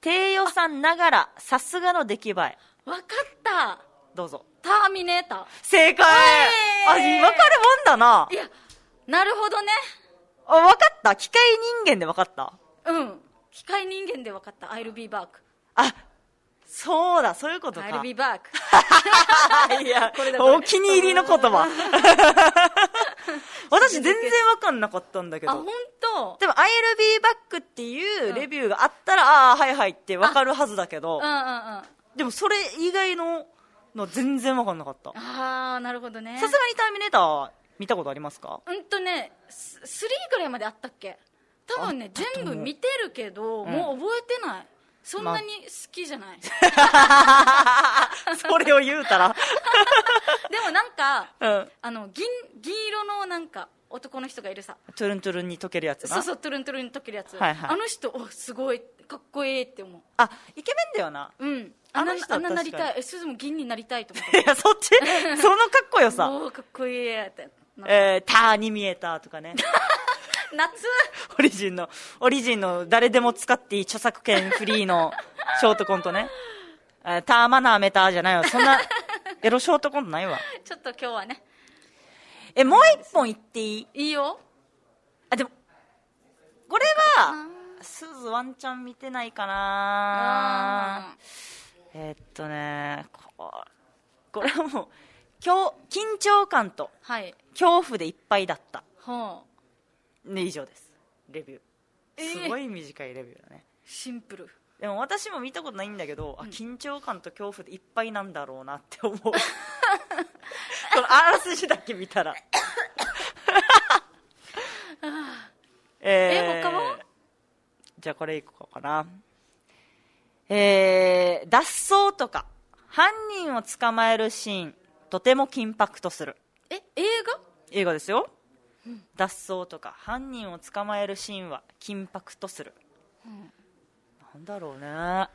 S1: 低予算ながらさすがの出来栄え
S2: わかった
S1: どうぞ
S2: ターミネータ
S1: 正解あ
S2: イエーイ
S1: 分かるもんだな
S2: ーいやなるほどね
S1: あ分かった機械人間で分かった
S2: うん機械人間でわかった I'll be back
S1: あそうだそういうことか
S2: I'll be back
S1: いや
S2: これだこれ
S1: お気に入りの言 葉私全然分かんなかった んだけ
S2: あ
S1: ど
S2: 本当。
S1: でも「I'll be back」っていうレビューがあったら、ああはいはいって分かるはずだけど
S2: うんうんうんあ
S1: でもそれ以外のの全然分かんなかったさ
S2: あーなるほどね
S1: すがに「ターミネーター」は見たことあります か
S2: うんとねス3ぐらいまであったっけ多分ね全部見てるけど、もう覚えてないそんなに好きじ ゃない、
S1: それを言うたら
S2: でもなんか
S1: うん
S2: あの銀銀色のなんか男の人がいるさ
S1: トゥルントゥルンに溶けるやつな
S2: そうそうトゥルントゥルンに溶けるやつ、
S1: はいはい
S2: あの人おすごいかっこいいって思う
S1: あイケメンだよ な
S2: うんあんな
S1: あの人
S2: あ
S1: は
S2: んななり
S1: 確
S2: た
S1: か
S2: いえすずも銀になりたいと思っ
S1: いやそっちそのかっこよ
S2: た
S1: さ
S2: おおかっこいいってな
S1: えー、ターに見えたとかね
S2: 夏
S1: オリジンのオリジンの誰でも使っていい著作権フリー のショートコントねあーターマナーメターじゃないわそんな エロショートコントないわ
S2: ちょっと今日はね
S1: えもう一本言っていい
S2: いいよ
S1: あでもこれはすずワンチャン見てないかなえーっとねここれはもう今日緊張感と
S2: ーはい
S1: 恐怖でいっぱいだった
S2: ほう
S1: ね以上ですレビュ
S2: えー
S1: ーすごい短いレビューだね、
S2: シンプル
S1: でも私も見たことないんだけど、あ緊張感と恐怖でいっぱいなんだろうなって 思うこのあらすじだけ見 たらえ
S2: え他は
S1: じゃあこれいこうかなえー脱走とか犯人を捕まえるシーンとても緊迫とする
S2: え映
S1: 映画ですよ、脱走とか犯人を捕まえるシーンは緊迫とする、なんだろうね
S2: 画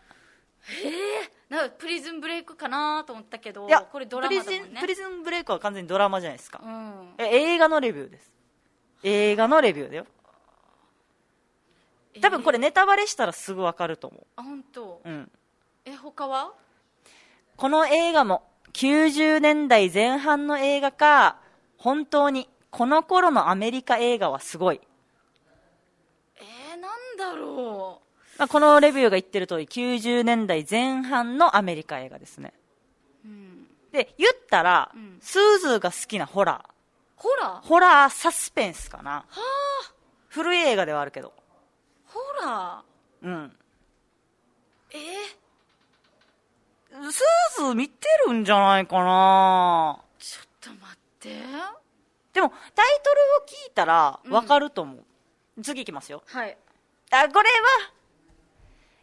S2: なんかプリズンブレイクかなと思ったけど
S1: いや
S2: これドラマだもんね
S1: プリズンプリズンブレイクは完全にドラマじゃないですか、
S2: うん
S1: え映画のレビューです映画のレビューだよ多分これネタバレしたらすぐ分かると思
S2: あ本当
S1: う、うん、
S2: え他は
S1: この映画も90年代前半の映画か本当にこの頃のアメリカ映画はすごい、
S2: えー、なんだろ
S1: まあ、このレビューが言ってる通り90年代前半のアメリカ映画ですね、で言ったら、
S2: ん
S1: スーズーが好きなホラー
S2: うホラー
S1: ホラーサスペンスかな古い映画ではあるけど
S2: ホラ
S1: うん
S2: ーえー、
S1: スーズー見てるんじゃないかな
S2: ちょっと待って
S1: でもタイトルを聞いたらわかると思う、次いきますよ
S2: はい
S1: あこれは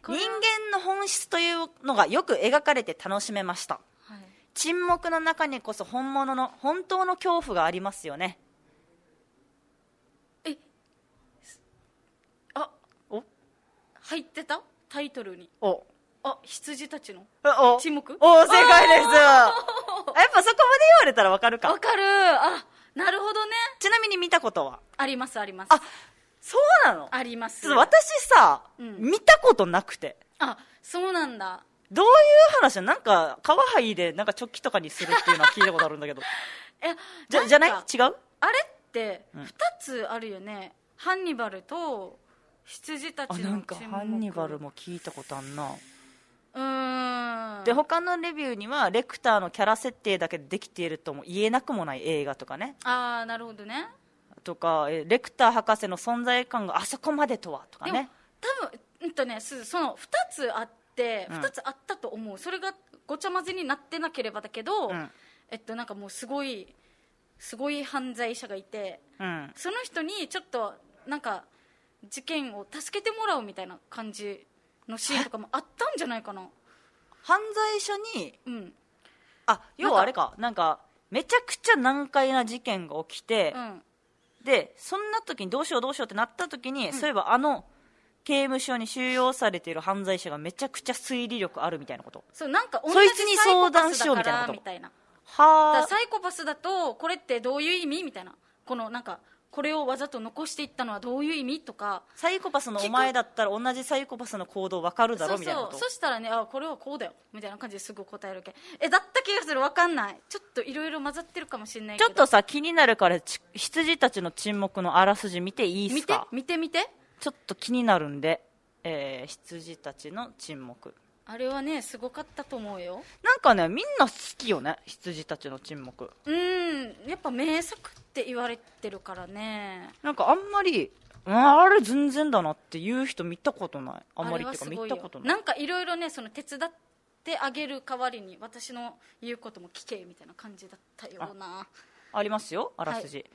S2: こ
S1: 人
S2: れは
S1: 間の本質というのがよく描かれて楽しめました
S2: はい
S1: 沈黙の中にこそ本物の本当の恐怖がありますよね
S2: えあ
S1: お
S2: 入ってたタイトルに
S1: おお
S2: あ羊たちの
S1: お
S2: 沈黙
S1: お正解ですやっぱそこまで言われたらわかる
S2: わ
S1: か
S2: かるあなるほどね
S1: ちなみに見たことは
S2: ありますあります
S1: あそうなの
S2: あります
S1: ちょっと私さ、
S2: ん
S1: 見たことなくて
S2: あそうなんだ
S1: どういう話なんか皮剥いでなんかチョッキとかにするっていうのは聞いたことあるんだ けど
S2: え
S1: じゃじゃない違
S2: ん
S1: う
S2: かあれって2つあるよね、ハンニバルと羊たちの
S1: あ
S2: 沈黙
S1: なんかハンニバルも聞いたことあんな
S2: うーん
S1: で他のレビューにはレクターのキャラ設定だけでできているとも言えなくもない映画とかね
S2: ああなるほどね
S1: とかえレクター博士の存在感があそこまでとはとか
S2: でも
S1: ね
S2: 多分うんとねすずその2つあって
S1: うん
S2: 2つあったと思う、それがごちゃ混ぜになってなければだけど、
S1: うん
S2: えっとなんかもうすごいすごい犯罪者がいて
S1: うん
S2: その人にちょっとなんか事件を助けてもらうみたいな感じのシーンとかもあったんじゃないかな
S1: 犯罪者に
S2: うん
S1: あ要はあれかなんかめちゃくちゃ難解な事件が起きて、
S2: うん
S1: でそんな時にどうしようどうしようってなった時に、そういえばあの刑務所に収容されている犯罪者がめちゃくちゃ推理力あるみたいなこと
S2: そうなんか同
S1: そ
S2: じ
S1: いつに
S2: サイ
S1: 相
S2: コパス
S1: 談しよう
S2: だ
S1: みた
S2: か
S1: いなこ
S2: ら
S1: と
S2: みたいなだから
S1: はあ
S2: サイコパスだとこれってどういう意味みたいなこのなんかこれをわざと残していったのはどういう意味とか
S1: サイコパスのお前だったら同じサイコパスの行動わかるだ
S2: そ
S1: ろ
S2: う
S1: みたいなこ
S2: そう
S1: と
S2: そしたらねあこれはこうだよみたいな感じですぐ答えるけえだった気がするわかんないちょっといろいろ混ざってるかもしれないけ
S1: ち
S2: ど
S1: ょっとさ気になるからち羊たちの沈黙のあらすじ見ていいっ
S2: 見
S1: す
S2: て
S1: か
S2: 見て見て
S1: ちょっと気になるんで、えー羊たちの沈黙
S2: あれはねすごかったと思うよ
S1: なんかねみんな好きよね羊たちの沈黙
S2: うーんやっぱ名作って言われてるからね
S1: なんかあんまりうんあれ全然だなっていう人見たことないあんまりっ
S2: れは
S1: ていうか
S2: すご
S1: 見
S2: い
S1: た
S2: よ
S1: ことない
S2: なんかいろいろねその手伝ってあげる代わりに私の言うことも聞けみたいな感じだったような
S1: ありますよ、あらすじ。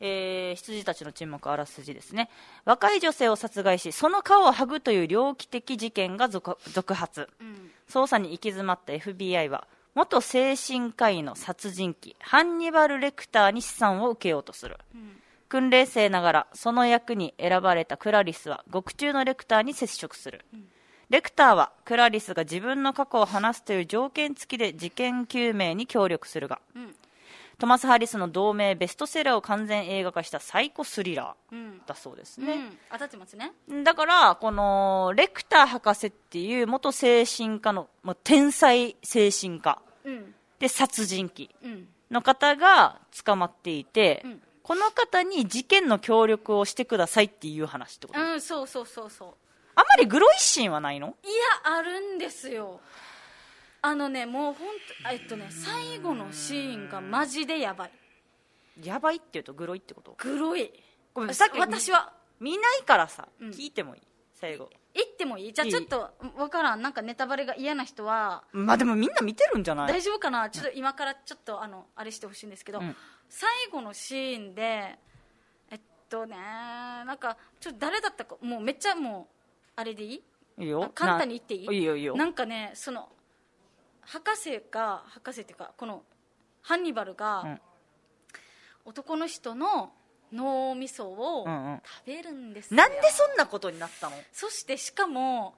S1: えー羊たちの沈黙あらすじですね若い女性を殺害しその顔を剥ぐという猟奇的事件が続続発、
S2: ん
S1: 捜査に行き詰まった FBI は元精神科医の殺人鬼ハンニバル・レクターに資産を受けようとする、訓練生ながらその役に選ばれたクラリスは獄中のレクターに接触する、レクターはクラリスが自分の過去を話すという条件付きで事件究明に協力するが、トマス・ハリスの同名ベストセラーを完全映画化したサイコスリラ
S2: うん
S1: ーだそうです
S2: う
S1: ね、
S2: ん、当たってますね
S1: だからこのレクター博士っていう元精神科の、まあ、天才精神科
S2: うん
S1: で殺人鬼
S2: うん
S1: の方が捕まっていて、
S2: うん
S1: この方に事件の協力をしてくださいっていう話ってこと、あん
S2: うんそうそうそうそう
S1: まりグロいシーンはないの
S2: いやあるんですよあのねもう本当えっとね最後のシーンがマジでやばい
S1: やばいっていうとグロいってこと
S2: グロい
S1: ごめん
S2: さ
S1: さっき
S2: 私は
S1: 見ないからさ、
S2: ん
S1: 聞いてもいい最後
S2: 言ってもいいじゃあ
S1: いい
S2: ちょっとわからんなんかネタバレが嫌な人は
S1: まあでもみんな見てるんじゃない
S2: 大丈夫かなちょっと今からちょっとあのあれしてほしいんですけど、
S1: うん
S2: 最後のシーンでえっとねなんかちょっと誰だったかもうめっちゃもうあれでいい
S1: いいよ
S2: あ簡単に言っていい
S1: ないいよいいよ
S2: なんかねその博士が博士っていうかこのハンニバルが、
S1: うん
S2: 男の人の脳みそを
S1: うんうん
S2: 食べるんですよ、
S1: なんでそんなことになったの
S2: そしてしかも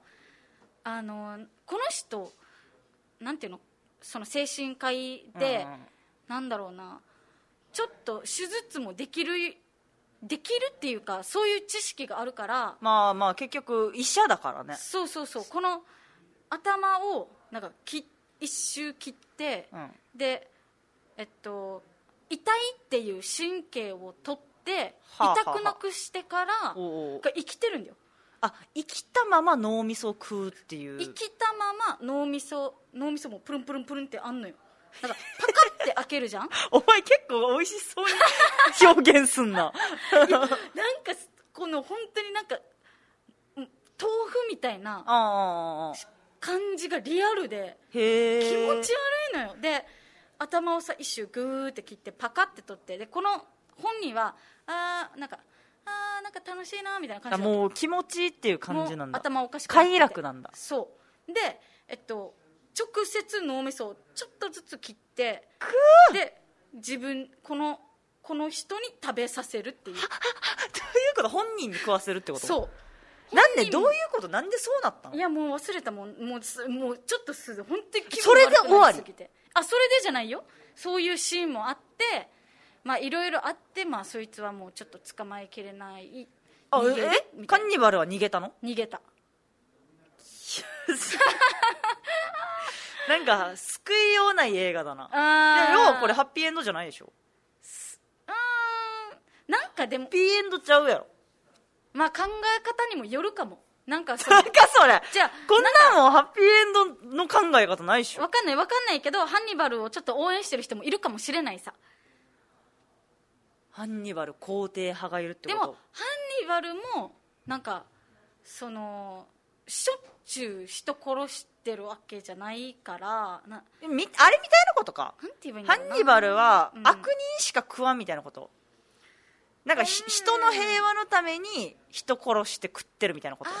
S2: あのこの人なんていうのその精神科医で、
S1: うんうん
S2: なんだろうなちょっと手術もできるできるっていうかそういう知識があるから
S1: まあまあ結局医者だからね
S2: そうそうそうこの頭をなんかき一周切って、
S1: うん
S2: でえっと痛いっていう神経を取って、
S1: はあはあ
S2: 痛くなくしてから
S1: おうおう
S2: が生きてるんだよ
S1: あ生きたまま脳みそを食うっていう
S2: 生きたまま脳みそ脳みそもプルンプルンプルンってあんのよなんかパカって開けるじゃん
S1: お前結構美味しそうに表現すん な
S2: なんかこの本当になんかうん豆腐みたいな
S1: ああ
S2: 感じがリアルで
S1: へえ
S2: 気持ち悪いのよで頭をさ一周グーって切ってパカって取ってでこの本人はあーなんかあーなんか楽しいなみたいな感
S1: あ
S2: じだった
S1: もう気持ちいいっていう感じなん
S2: もう
S1: だ
S2: 頭おかしくなって
S1: 快楽なんだ
S2: そうでえっと直接脳みそをちょっとずつ切ってで自分このこの人に食べさせるっていう
S1: ということは本人に食わせるってこと
S2: そう
S1: なんでどういうことなんでそうなった
S2: う
S1: の
S2: いやもう忘れたもんもうすもうちょっとす本当に気
S1: それで
S2: 悪くなり
S1: 終わり
S2: すぎてあそれでじゃないよそういうシーンもあってまあいろいろあってまあそいつはもうちょっと捕まえきれない
S1: あ
S2: 逃げる
S1: え
S2: み
S1: カ
S2: たい
S1: ン
S2: な
S1: ニバルは逃げたの
S2: 逃げた
S1: なんか救いようない映画だなで
S2: あー
S1: 要はこれハッピーエンドじゃないでしょ
S2: うーんなんかでも
S1: ハッピーエンドちゃうやろ
S2: まあ考え方にもよるかもなんかその
S1: なんかそれ
S2: じゃあ
S1: こんなんもハッピーエンドの考え方ないでしょ
S2: わかんないわかんないけどハンニバルをちょっと応援してる人もいるかもしれないさ
S1: ハンニバル皇帝派がいるって
S2: で
S1: こ
S2: もハ
S1: と
S2: ンニバルもなんかそのしょっちゅう人殺してるわけじゃないからな
S1: でもみあれみたいなことか
S2: なんて言えばいいんだ
S1: ハ
S2: ろ
S1: ン
S2: う
S1: ニバルは
S2: うん
S1: 悪人しか食わんみたいなことなんかひ人の平和のために人殺して食ってるみたいなこと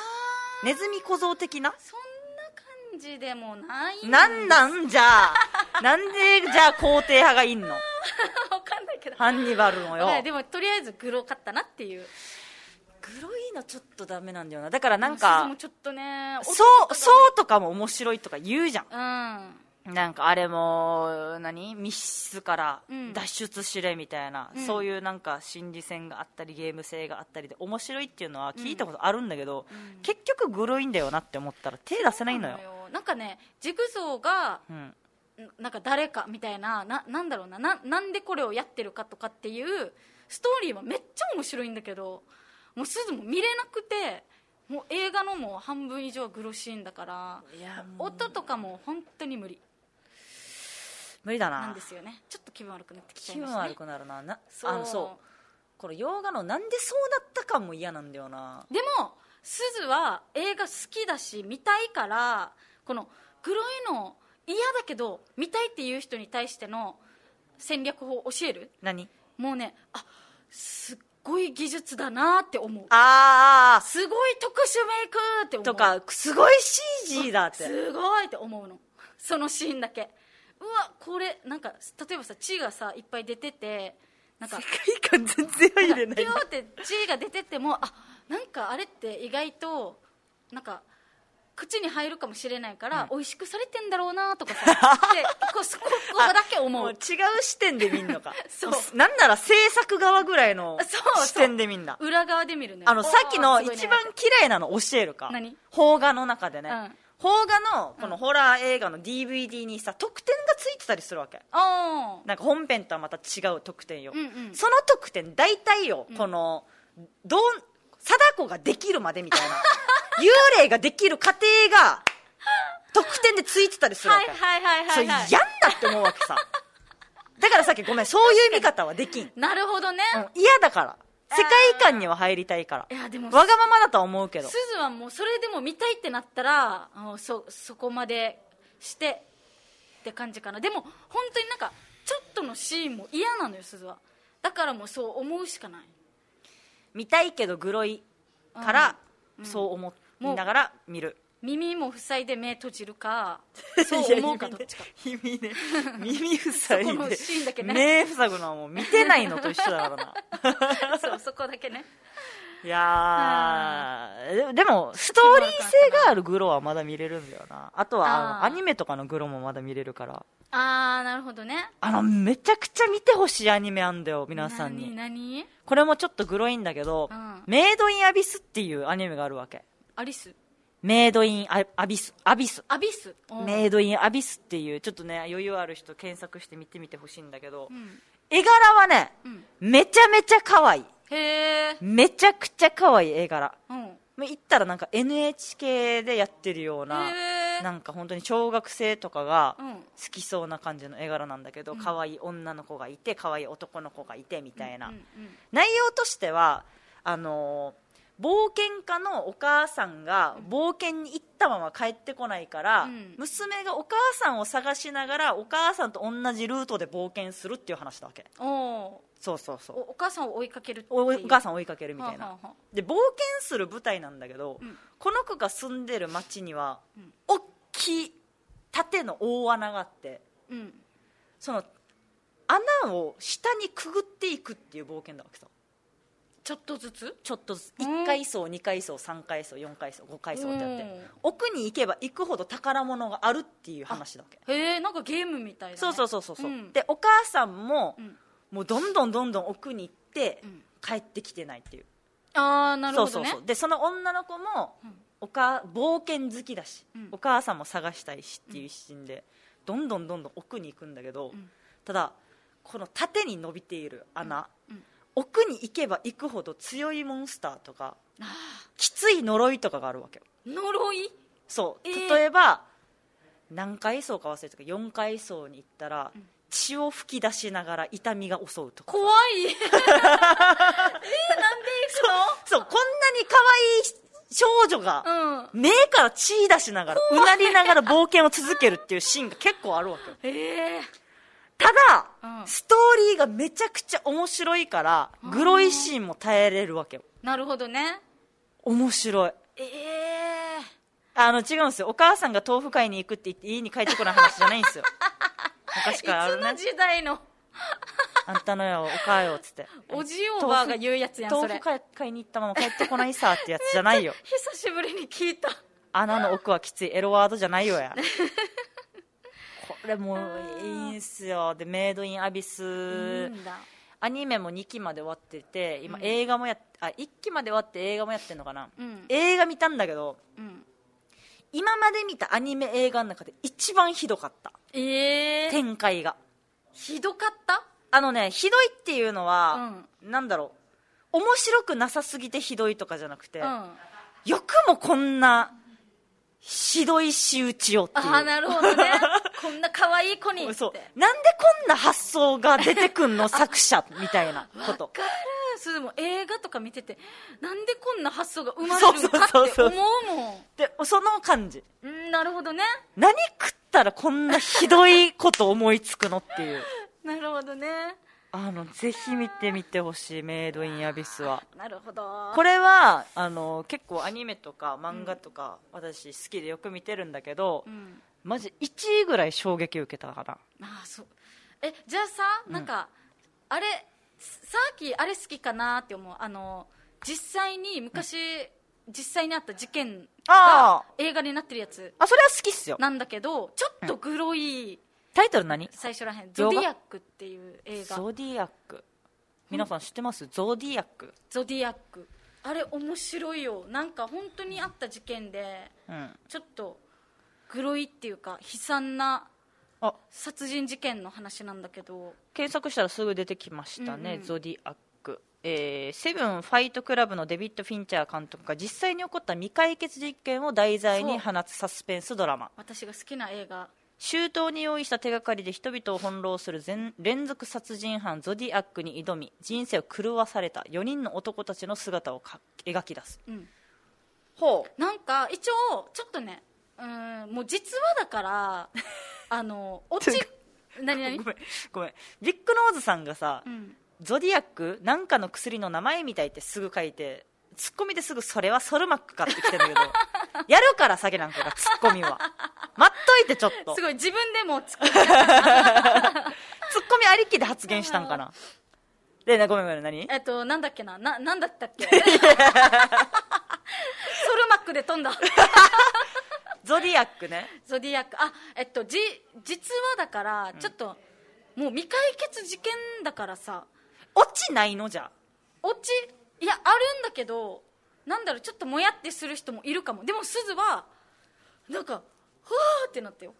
S1: ネズミ小僧的な
S2: そんな感じでもない
S1: なんなんじ ゃあなんでじゃあ皇帝派がいんの
S2: わかんないけど
S1: ハンニバルのよ
S2: はいでもとりあえずグロかったなっていう
S1: グロいのちょっとダメなんだよなだからなん
S2: でも
S1: か
S2: ちょっとね
S1: そうそうとかも面白いとか言うじゃん
S2: うん
S1: なんかあれも何密室から
S2: うん
S1: 脱出しれみたいな、
S2: うん
S1: そういうなんか心理戦があったりゲーム性があったりで面白いっていうのは聞いたことあるんだけど、結局グロいんだよなって思ったら手出せないのよ
S2: な。のよなんかねジグソーが
S1: うん
S2: んなんか誰かみたいなななんだろうなななんでこれをやってるかとかっていうストーリーはめっちゃ面白いんだけどもうすずも見れなくてもう映画のもう半分以上はグロシーンだから
S1: いやもう
S2: 音とかも本当に無理
S1: 無理だ
S2: なん
S1: な
S2: ですよねちょっと気分悪くなってきちゃい
S1: 気
S2: ま
S1: 分
S2: した
S1: 悪
S2: ね
S1: くなるなな
S2: そう
S1: あのそうこの洋画のなんでそうなったかも嫌なんだよな
S2: でもすずは映画好きだし見たいからこのグロいの嫌だけど見たいっていう人に対しての戦略法を教える
S1: 何
S2: もうねあすっごい技術だなって思う
S1: あ
S2: すごい特殊メイクって思
S1: ー
S2: う
S1: とかすごい CG だって
S2: すごいって思うのそのシーンだけうわこれなんか例えばさ血がさいっぱい出ててなんか
S1: 世界観全然入れな
S2: ピ
S1: い
S2: ューって血が出てってもあなんかあれって意外となんか口に入るかもしれないから、美味しくされてんだろうなと かさでこうそこここだけ思
S1: もう
S2: う
S1: 違う視点で見んのか
S2: そう
S1: なんなら制作側ぐらいの
S2: そうそう
S1: 視点で見んだ
S2: 裏側で見るね
S1: あのさっきの
S2: おーすごいね
S1: 一番嫌いなの教えるか
S2: 何
S1: 邦画の中でね、
S2: うん
S1: 邦画のこのホラー映画の DVD にさ特典がついてたりするわけ
S2: あー
S1: なんか本編とはまた違う特典よ、
S2: うんうん
S1: その特典大体よこの、どう貞子ができるまでみたいな幽霊ができる過程が特典でついてたりするわ
S2: はい
S1: け、
S2: はいはい
S1: そ
S2: は
S1: れ
S2: い、
S1: 嫌
S2: は
S1: だ
S2: い、
S1: って思うわけさだからさっきごめんそういう見方はできんうん
S2: なるほどね、
S1: 嫌、だから世界観には入りたいから
S2: いやでも
S1: わがままだとは思うけど
S2: すずはもうそれでも見たいってなったらあそそこまでしてって感じかなでも本当になんかちょっとのシーンも嫌なのよすずはだからもうそう思うしかない
S1: 見たいけどグロいから、そう思いながら見る
S2: 耳も塞いで目閉じるか
S1: い
S2: そう
S1: や
S2: 思うかどっちか
S1: 耳ね耳塞い
S2: そこの
S1: で
S2: シーンだけね
S1: 目塞ぐのはもう見てないのと一緒だからな
S2: そうそこだけね
S1: いやーででもストーリー性があるグロはまだ見れるんだよなあとはあの
S2: あー
S1: アニメとかのグロもまだ見れるから
S2: ああなるほどね
S1: あのめちゃくちゃ見てほしいアニメあんだよ皆さんに
S2: 何何
S1: これもちょっとグロいんだけど、
S2: うん
S1: メイドインアビスっていうアニメがあるわけ
S2: アリス
S1: メイドインアアビスアビス
S2: アビスうん
S1: メイドインアビスっていうちょっとね余裕ある人検索して見てみてほしいんだけど、
S2: ん
S1: 絵柄はね、
S2: ん
S1: めちゃめちゃ可愛い
S2: へえ
S1: めちゃくちゃ可愛い絵柄
S2: うん
S1: もう言ったらなんか NHK でやってるような
S2: へー
S1: なんか本当に小学生とかが
S2: うん
S1: 好きそうな感じの絵柄なんだけど、可愛い女の子がいて可愛い男の子がいてみたいな、
S2: うんうん
S1: 内容としてはあのー冒険家のお母さんが冒険に行ったまま帰ってこないから、
S2: うん
S1: 娘がお母さんを探しながらお母さんと同じルートで冒険するっていう話だわけ
S2: おー
S1: そうそうそ
S2: お
S1: う
S2: お母さんを追いかけるっていう
S1: おお母さんを追いかけるみたいな、
S2: はあはあはあ
S1: で冒険する舞台なんだけど、
S2: ん
S1: この子が住んでる町には、大きい縦の大穴があって
S2: うん
S1: その穴を下にくぐっていくっていう冒険だわけさ
S2: ちょっとずつ
S1: ちょっとずつ
S2: うん
S1: 1階層2階層3階層4階層5階層ってやって、
S2: うん
S1: 奥に行けば行くほど宝物があるっていう話だわけ、
S2: へえんかゲームみたいな、ね、
S1: そうそうそうそうそう、
S2: ん
S1: でお母さんも、
S2: ん
S1: もうどんどんどんどん奥に行って、
S2: ん
S1: 帰ってきてないっていう
S2: ああなるほどね
S1: そうそうそうでその女の子も、おか冒険好きだし、
S2: ん
S1: お母さんも探したいしっていう一心で、どんどんどんどん奥に行くんだけど、ただこの縦に伸びている穴、奥に行けば行くほど強いモンスターとかきつい呪いとかがあるわけよ
S2: 呪い
S1: そう
S2: えー
S1: 例えば、何階層か忘れたけど4階層に行ったら、血を噴き出しながら痛みが襲うとか
S2: 怖いえー、なんで
S1: そうこんなに可愛い少女が、
S2: 行くの
S1: 目から血出しながら、うなりながら冒険を続けるっていうシーンが結構あるわけよ。
S2: うんええ
S1: ただ、
S2: うん
S1: ストーリーがめちゃくちゃ面白いから、グロいシーンも耐えれるわけよ。
S2: なるほどね
S1: 面白い。
S2: ええ
S1: あの、違うんですよ。お母さんが豆腐買いに行くって言って家に帰ってこない話じゃないんです よ。昔からあ
S2: い
S1: る
S2: つの
S1: ね。
S2: 時代の
S1: あんたのよ、お母よ、つ って。
S2: おじいおばあが言うやつやんそ
S1: 豆
S2: れ
S1: 腐買い買いに行ったまま帰ってこないさってやつじゃないよ。
S2: 久しぶりに聞いた
S1: 穴の奥はきついエロワードじゃないよ やこれもういいんすよでメイドインアビ
S2: う
S1: ス
S2: んだ
S1: アニメも2期まで終わってて今映画もやっ、あ1期まで終わって映画もやってんのかな、
S2: うん
S1: 映画見たんだけど
S2: うん
S1: 今まで見たアニメ映画の中で一番ひどかった
S2: ええ
S1: 展開が
S2: ひどかった
S1: あのねひどいっていうのは、なんだろう面白くなさすぎてひどいとかじゃなくて、
S2: うん
S1: よくもこんなひどい仕打ちをっていう
S2: ああなる ほどねこんな可愛い子にって
S1: そうなんでこんな発想が出てくんの作者みた いなこと
S2: わかるそれでも映画とか見ててなんでこんな発想が生ま
S1: そう
S2: れ
S1: そう
S2: る
S1: そ
S2: か
S1: う
S2: って
S1: そう
S2: 思うもん
S1: でその感じ
S2: うんなるほどね
S1: 何食ったらこんなひどいこと思いつくのっていう
S2: なるほどね
S1: あのぜひ見てみてほしいメイドインアビスは
S2: なるほど
S1: これはあの結構アニメとか漫画とか、私好きでよく見てるんだけど、
S2: ん
S1: マジ1位ぐらい衝撃受けたかな
S2: ああそうえじゃあさなんか、あれさっきあれ好きかなって思うあの実際に昔、実際にあった事件が
S1: ああ
S2: 映画になってるやつ
S1: あそれは好きっすよ
S2: なんだけどちょっとグロい
S1: タイトル何
S2: 最初らへん「
S1: 洋
S2: ゾ
S1: 画
S2: ディアック」っていう映画
S1: ゾディアック皆さん知ってます、ゾディアック
S2: ゾディアックあれ面白いよなんか本当にあった事件で
S1: うん
S2: ちょっとグロいっていうか悲惨な
S1: あ
S2: 殺人事件の話なんだけど
S1: 検索したらすぐ出てきましたね、ゾディアック、えーセブンファイトクラブのデビッド・フィンチャー監督が実際に起こった未解決事件を題材に放つサスペンスドラマ
S2: 私が好きな映画
S1: 周到に用意した手がかりで人々を翻弄する全連続殺人犯ゾディアックに挑み人生を狂わされた4人の男たちの姿をか描き出す、
S2: ん
S1: ほう
S2: なんか一応ちょっとねうーんもう実話だからあの落ち何何
S1: ごめんごめんビッグノーズさんがさ、
S2: うん
S1: ゾディアックなんかの薬の名前みたいってすぐ書いてツッコミですぐそれはソルマックかって来てん だけどやるから酒なんかがツッコミは待っといてちょっと
S2: す
S1: ツッ
S2: ごい自分でもつく
S1: コミありきで発言したんかなでなごめんごめん何
S2: えっとなんだっけなななんだったっけソルマックで飛んだ
S1: ゾディアックね
S2: ゾディアックあえっとじ実はだからちょっと、もう未解決事件だからさ
S1: 落ちないのじゃ
S2: オチいやあるんだけどなんだろうちょっともやってする人もいるかもでもすずはなんか「ふわー」ってなったよ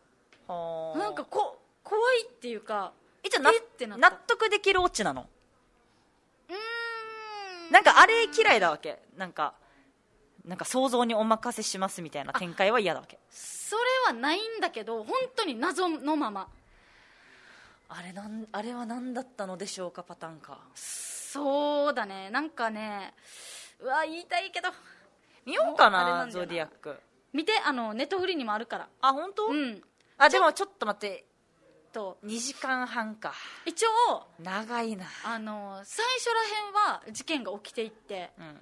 S1: はあ
S2: なんかこ怖いっていうか
S1: えじゃあな
S2: えってなった
S1: 納得できるオチなの
S2: うーん
S1: なんかあれ嫌いだわけなんかなんか想像にお任せしますみたいな展開は嫌だわけ
S2: それはないんだけど本当に謎のまま
S1: あれなんあれは何だったのでしょうかパターンか
S2: そうだねなんかねうわ言いたいけど
S1: 見ようか
S2: あれな
S1: なんゾ
S2: だよな
S1: ディアック
S2: 見てあのネットフリにもあるから
S1: あ本当、
S2: うん
S1: あでもちょっと待って
S2: と
S1: 2時間半か
S2: 一応
S1: 長いな
S2: あの最初らへんは事件が起きていって、
S1: う
S2: うんわ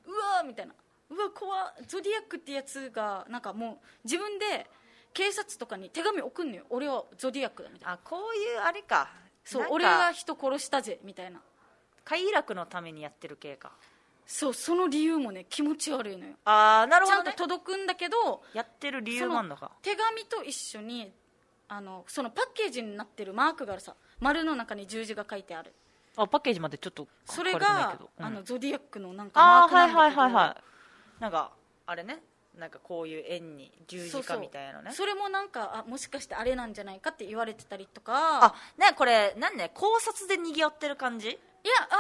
S2: ーみたいなうわ怖っゾディアックってやつがなんかもう自分で警察とかに手紙送んのよ俺はゾディアックだみたいな
S1: あこういうあれか
S2: そう
S1: なんか
S2: 俺が人殺したぜみたいな
S1: 快楽のためにやってる系か
S2: そうその理由もね気持ち悪いのよ
S1: ああなる
S2: ち
S1: ほど、
S2: ゃんと
S1: ね、
S2: 届くんだけど
S1: やってる理由
S2: そ
S1: もあ
S2: の
S1: んのか
S2: 手紙と一緒にあのそのパッケージになってるマークがあるさ丸の中に十字が書いてある
S1: あパッケージまでちょっと
S2: それ
S1: 書かてない
S2: が
S1: けど、うん
S2: あのゾディアックのなんかマ
S1: あ
S2: ー
S1: ー
S2: クな
S1: はい
S2: んだけど
S1: はいはいはいなんかあれねなんかこういう円に十
S2: そ
S1: 字
S2: うそ
S1: 架
S2: う
S1: みたいなね
S2: それもなんかあもしかしてあれなんじゃないかって言われてたりとか
S1: あねこれなんね考察で賑わってる感じ
S2: いや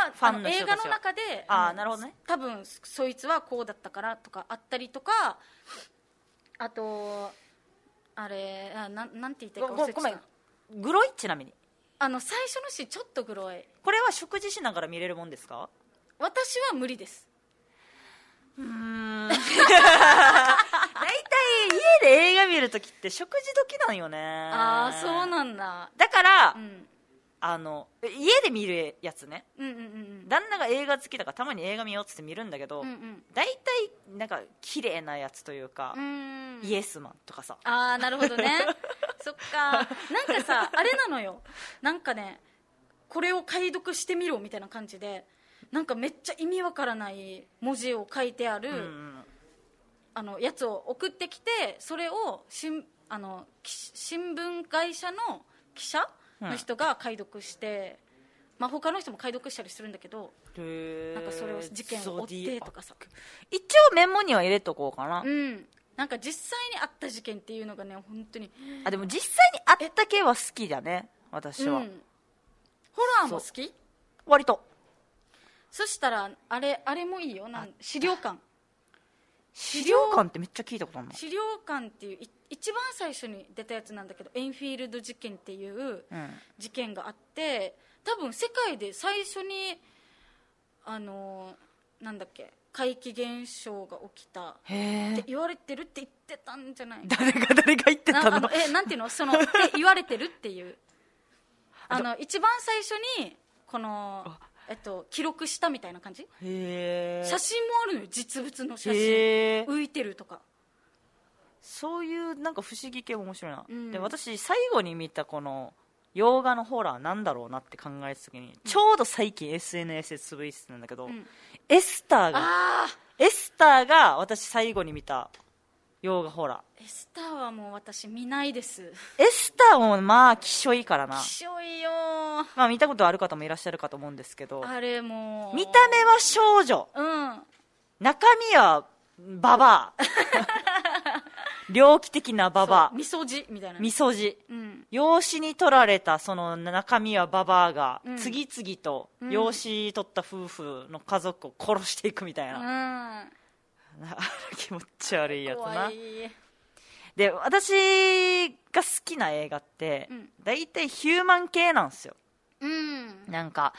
S2: あ
S1: ファンの
S2: あの映
S1: 人た
S2: 画
S1: ちは
S2: の中で
S1: あー
S2: の
S1: なるほどね
S2: 多分そそいつはこうだったからとかあったりとかあとあれあなんなんて言ったらいいか忘れて
S1: ごめ
S2: た
S1: んグロいちなみに
S2: あの最初のシーンちょっとグロい
S1: これは食事しながら見れるもんですか
S2: 私は無理です
S1: 大体家で映画見るときって食事時なんよね
S2: ああそう
S1: の
S2: なんだ、
S1: だから、
S2: うん、
S1: あの家で見るやつね
S2: うんうんうん
S1: 旦那が映画好きだからたまに映画見ようっつって見るんだけど、
S2: うんうん
S1: 大体なんか綺麗なやつというか、
S2: うん
S1: イエスマンとかさ
S2: ああなるほ どねそっかなんかさあれなのよなんかねこれを解読してみろみたいな感じでなんかめっちゃ意味わからない文字を書いてある、
S1: うんうん
S2: あのやつを送ってきてそれをしんあのき新聞会社の記者の人が解読して、まあ、他の人も解読したりするんだけど
S1: へー
S2: なんかそれを事件を追ってとかさ、
S1: 一応メモには入れとこうかな、
S2: うん、なんか実際にあった事件っていうのがね本当に
S1: あでも実際にあった系は好きだね私は、
S2: うん、ホラーも好き
S1: 割と
S2: そしたらあれあれもいいよなん資料館
S1: 資料館ってめっちゃ聞いたことあるの
S2: 資料館っていうい一番最初に出たやつなんだけどエンフィールド事件っていう
S1: うん
S2: 事件があって多分世界で最初にあのーなんだっけ怪奇現象が起きたって言われてるって言ってたんじゃない
S1: 誰が 誰が言って
S2: な
S1: た
S2: あ
S1: の
S2: のえなんていうのそのって言われてるっていうあの一番最初にこの、えっと、記録したみたいな感じ
S1: へ
S2: 写真もあるのよ実物の写真
S1: え
S2: 浮いてるとか
S1: そういうなんか不思議系面白いな、
S2: うん
S1: で私最後に見たこの洋画のホラーなんだろうなって考えた時にちょうど最近 SNS でつぶやいてたんだけど、
S2: ん
S1: エスターが
S2: ああ
S1: エスターが私最後に見た洋画ホラ
S2: エスターはもう私見ないです
S1: ーエスターもまあきしょいからな
S2: きしょいよー
S1: まあ、見たことある方もいらっしゃるかと思うんですけど
S2: あれもう
S1: 見た目は少女
S2: うん
S1: 中身はバ バア猟奇的なババ
S2: そうみそじみたいな
S1: アみそじ
S2: うん
S1: 養子に取られたその中身はババアが
S2: うん
S1: 次々と養子取った夫婦の家族を殺していくみたいな、
S2: うん
S1: な気持ち悪いやつ
S2: 怖
S1: ないで私が好きな映画って、
S2: うん
S1: 大体ヒューマン系なんですよ
S2: うん
S1: なんか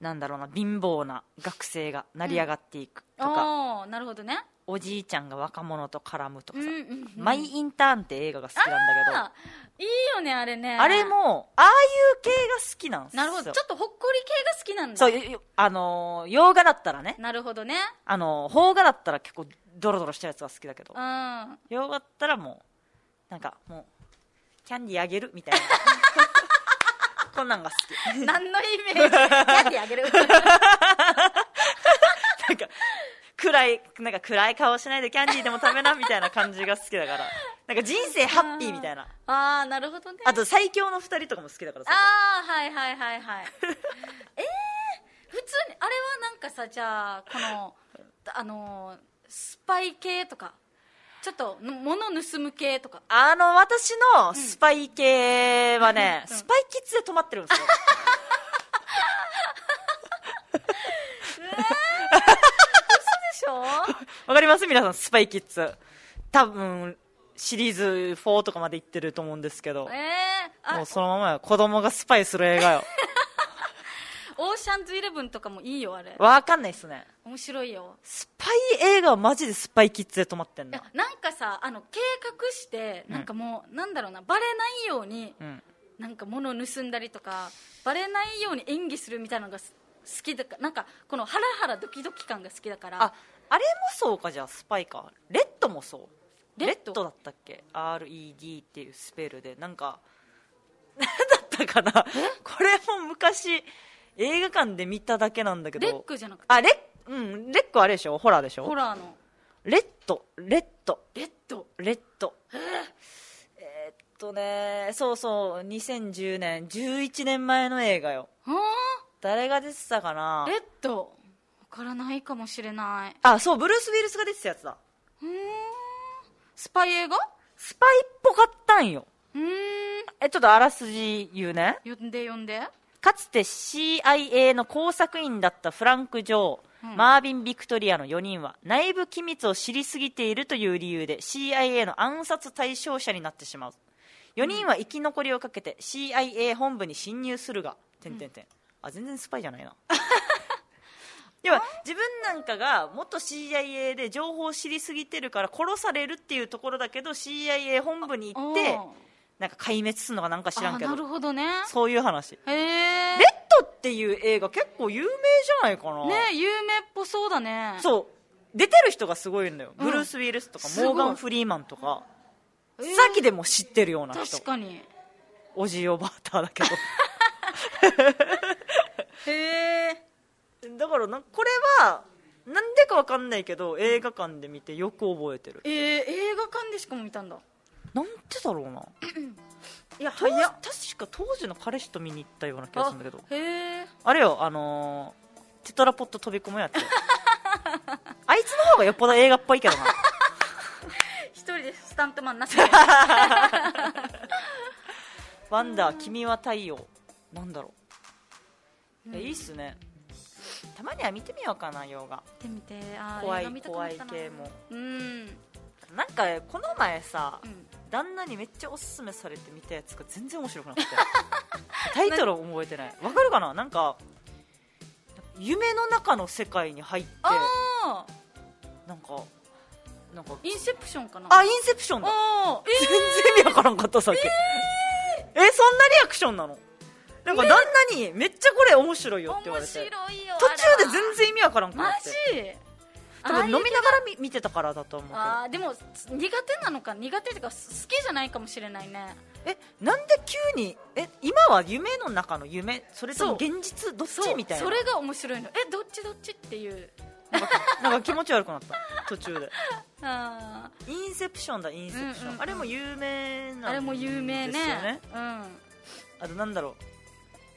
S1: なんだろうな貧乏な学生が成り上がっていく、とか
S2: ああなるほどね
S1: おじいちゃんが若者と絡むとか
S2: うん
S1: さ、
S2: うんうん
S1: マイ・インターンって映画が好きなんだけど
S2: あいいよねあれね
S1: あれもああいう系が好きなんですよ
S2: なるほどちょっとほっこり系が好きなんだ
S1: そうよよあのー洋画だったらね
S2: なるほどね
S1: あのー邦画だったら結構ドロドロしたやつが好きだ けど
S2: うんあ
S1: 洋画だったらもうなんかもうキャンディーあげるみたいな こんなんが好き
S2: 何のイメー ジキャンディーあげる
S1: なんか暗いなんか暗い顔しないでキャンディーでも食べなみたいな感じが好きだからなんか人生ハッピーみたいな
S2: ああなるほどね
S1: あと最強の二人とかも好きだからさ
S2: ああはいはいはい はいえー、普通にあれはなんかさじゃあこのあのースパイ系とかちょっとの物盗む系とか
S1: あの私のスパイ系はね、スパイキッズで止まってるんですよ
S2: でしょ
S1: わかります皆さんスパイキッズ多分シリーズ4とかまで行ってると思うんですけど
S2: えー、
S1: も
S2: あ
S1: うそのままよ子供がスパイする映画よ
S2: オーシャンズイレブンとかもいいよあれ
S1: わかんないっすね
S2: 面白いよ
S1: スパイ映画はマジでスパイキッズで止まってん
S2: いや
S1: な
S2: なんかさあの計画してなんかもう、なんだろうなバレないように、
S1: ん
S2: なんか物を盗んだりとかバレないように演技するみたいなのがす好きだからなんかこのハラハラドキドキ感が好きだから
S1: ああれもそうかじゃあスパイかレッドもそう
S2: レッ
S1: レッ
S2: ド
S1: ドだったっけ RED っていうスペルでなんか 何だったかなこれも昔映画館で見ただけなんだけど
S2: レックじゃなくて
S1: あレッうんレックあれでしょホラーでしょ
S2: ホラーの
S1: レッドレッド
S2: レッド
S1: レッドえーっとねそうそう2010年11年前の映画よ
S2: は
S1: 誰が出てたかな
S2: あレッドわからないかもしれない
S1: あそうブルース・ウィルスが出てたやつだ
S2: うーんスパイ映画
S1: スパイっぽかったんよ
S2: うーん
S1: えちょっとあらすじ言うね
S2: 呼んで呼んで
S1: かつて CIA の工作員だったフランク・ジョー、マービン・ビクトリアの4人は内部機密を知りすぎているという理由で CIA の暗殺対象者になってしまう4人は生き残りをかけて CIA 本部に侵入するが、点点点あ全然スパイじゃないな では自分なんかが元 CIA で情報を知りすぎてるから殺されるっていうところだけど CIA 本部に行って
S2: おー
S1: なんか壊滅するのかなんか知らんけ
S2: あ
S1: ど
S2: なるほどね
S1: そういう話
S2: へえ
S1: レッドっていう映画結構有名じゃないかな、
S2: ね有名っぽそうだね
S1: そう出てる人がすごいんだよ、ブルース・ウィルスとか
S2: すご
S1: モ
S2: い
S1: ーガン・フリーマンとか
S2: え
S1: さ
S2: ー
S1: っきでも知ってるような人
S2: 確かに
S1: おじいおばあただけ
S2: へえ
S1: ど だからなこれはなんでかわかんないけど映画館で見てよく覚えてる
S2: えー、映画館でしかも見たんだ
S1: なんてだろうない
S2: や
S1: 当時
S2: 早っ
S1: 確か当時の彼氏と見に行ったような気がするんだけど
S2: へえ
S1: あれよあのーテトラポット飛び込むや つあいつの方がよっぽど映画っぽいけどな
S2: 一人でスタントマンな しで
S1: ワンダー、君は太陽、なんだろう、えいいっすね、たまには見てみようかな、洋画、
S2: 見てみてあー
S1: 怖
S2: 映画
S1: い
S2: 見、たくな
S1: 怖
S2: っ
S1: い
S2: たな
S1: 系も、
S2: うん
S1: なんかこの前さ、
S2: ん
S1: 旦那にめっちゃおすすめされて見たやつが全然面白くな くて、タイトル覚えてない、わかるかな、なんか、夢の中の世界に入って、
S2: ああ
S1: なんか、なんか、
S2: インセプションかな
S1: あ、インセプションだ、
S2: あーえ
S1: 全然意味わからんかったさっきえそんなリアクションなのなんか旦那にめっちゃこれ面白いよって言われ
S2: 面
S1: て
S2: 白
S1: 途
S2: いよ
S1: 中で
S2: あれは
S1: 全然意味わからんか
S2: マ
S1: なって
S2: ジ
S1: 多
S2: ああ
S1: 分
S2: い
S1: 飲
S2: う
S1: みながら見見てたからだと思う
S2: あーでも苦手なのか苦手っていうかす好きじゃないかもしれないね
S1: けどえなんで急にえ今は夢の中の夢それとも
S2: そ
S1: 現実どっ
S2: そ
S1: ち
S2: う
S1: みたい
S2: そ
S1: な
S2: れが面白いのえどっちどっちっていう
S1: なんか なんか気持ち悪くなった途中で
S2: あー
S1: インセプションだインセプション、
S2: うんうんうん
S1: あれも有名なん
S2: あれも有名
S1: です
S2: ね
S1: よね
S2: うん
S1: あとなんだろう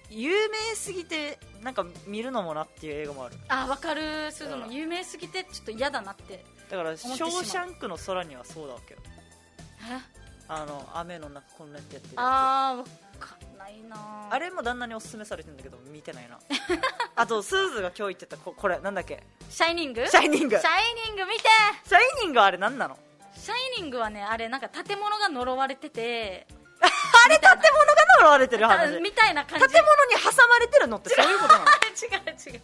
S1: 有名すぎてなんか見るのもなっていう映画もある
S2: あわかるそういうの
S1: うん
S2: 有名すぎてちょっと嫌だなって
S1: だから「シ
S2: 思ってし
S1: ョ
S2: まう
S1: ーシャンクの空」にはそうだわけよあの雨の中こんなやってやってるや
S2: あーわかんないな
S1: つあれも旦那におすすめされてるんだけど見てない なあとスーズが今日言ってたここれなんだっけ
S2: シャイニング
S1: シャイニング
S2: シャイニング見て
S1: シャイニングはあれ何なの
S2: シャイニングはねあれなんか建物が呪われてて
S1: あれ建物が呪われてる話
S2: あ
S1: 建物に
S2: みたいな感じ
S1: 挟まれてるのってそういうことなのど
S2: 違う違う
S1: ういう
S2: そうい
S1: こ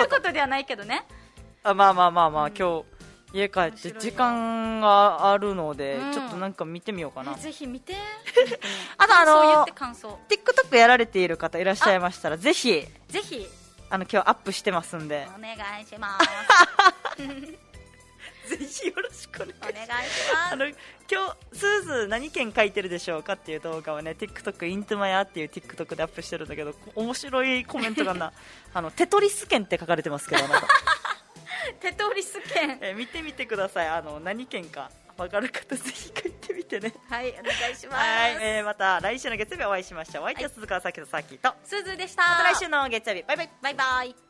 S2: うことではないけどね
S1: とあまあまあまあまあ、今日家帰って時間があるので、
S2: うん
S1: ちょっとなんか見てみようかな、
S2: ぜひ見て
S1: あとあ
S2: 感想言っ
S1: の
S2: て感想
S1: TikTok やられている方いらっしゃいましたらぜひ
S2: ぜひ
S1: あの今日アップしてますんで
S2: お願いしま す
S1: ぜひよろしくお願いし
S2: お願いし
S1: あ
S2: ま
S1: の今日スーズー何件書いてるでしょうかっていう動画をね TikTok イントゥマヤっていう TikTok でアップしてるんだけどこ面白いコメントが なあのテトリス券って書かれてますけどあなた
S2: すテトリス券
S1: え見てみてくださいあの何件か分かる方ぜひ書いてみてね
S2: はいお願いします
S1: はい、えー、また来週の月曜日お会いしましょうお相手は鈴川さきとさきと、
S2: すずでした
S1: また来週の月曜日バイバイ
S2: バイバイ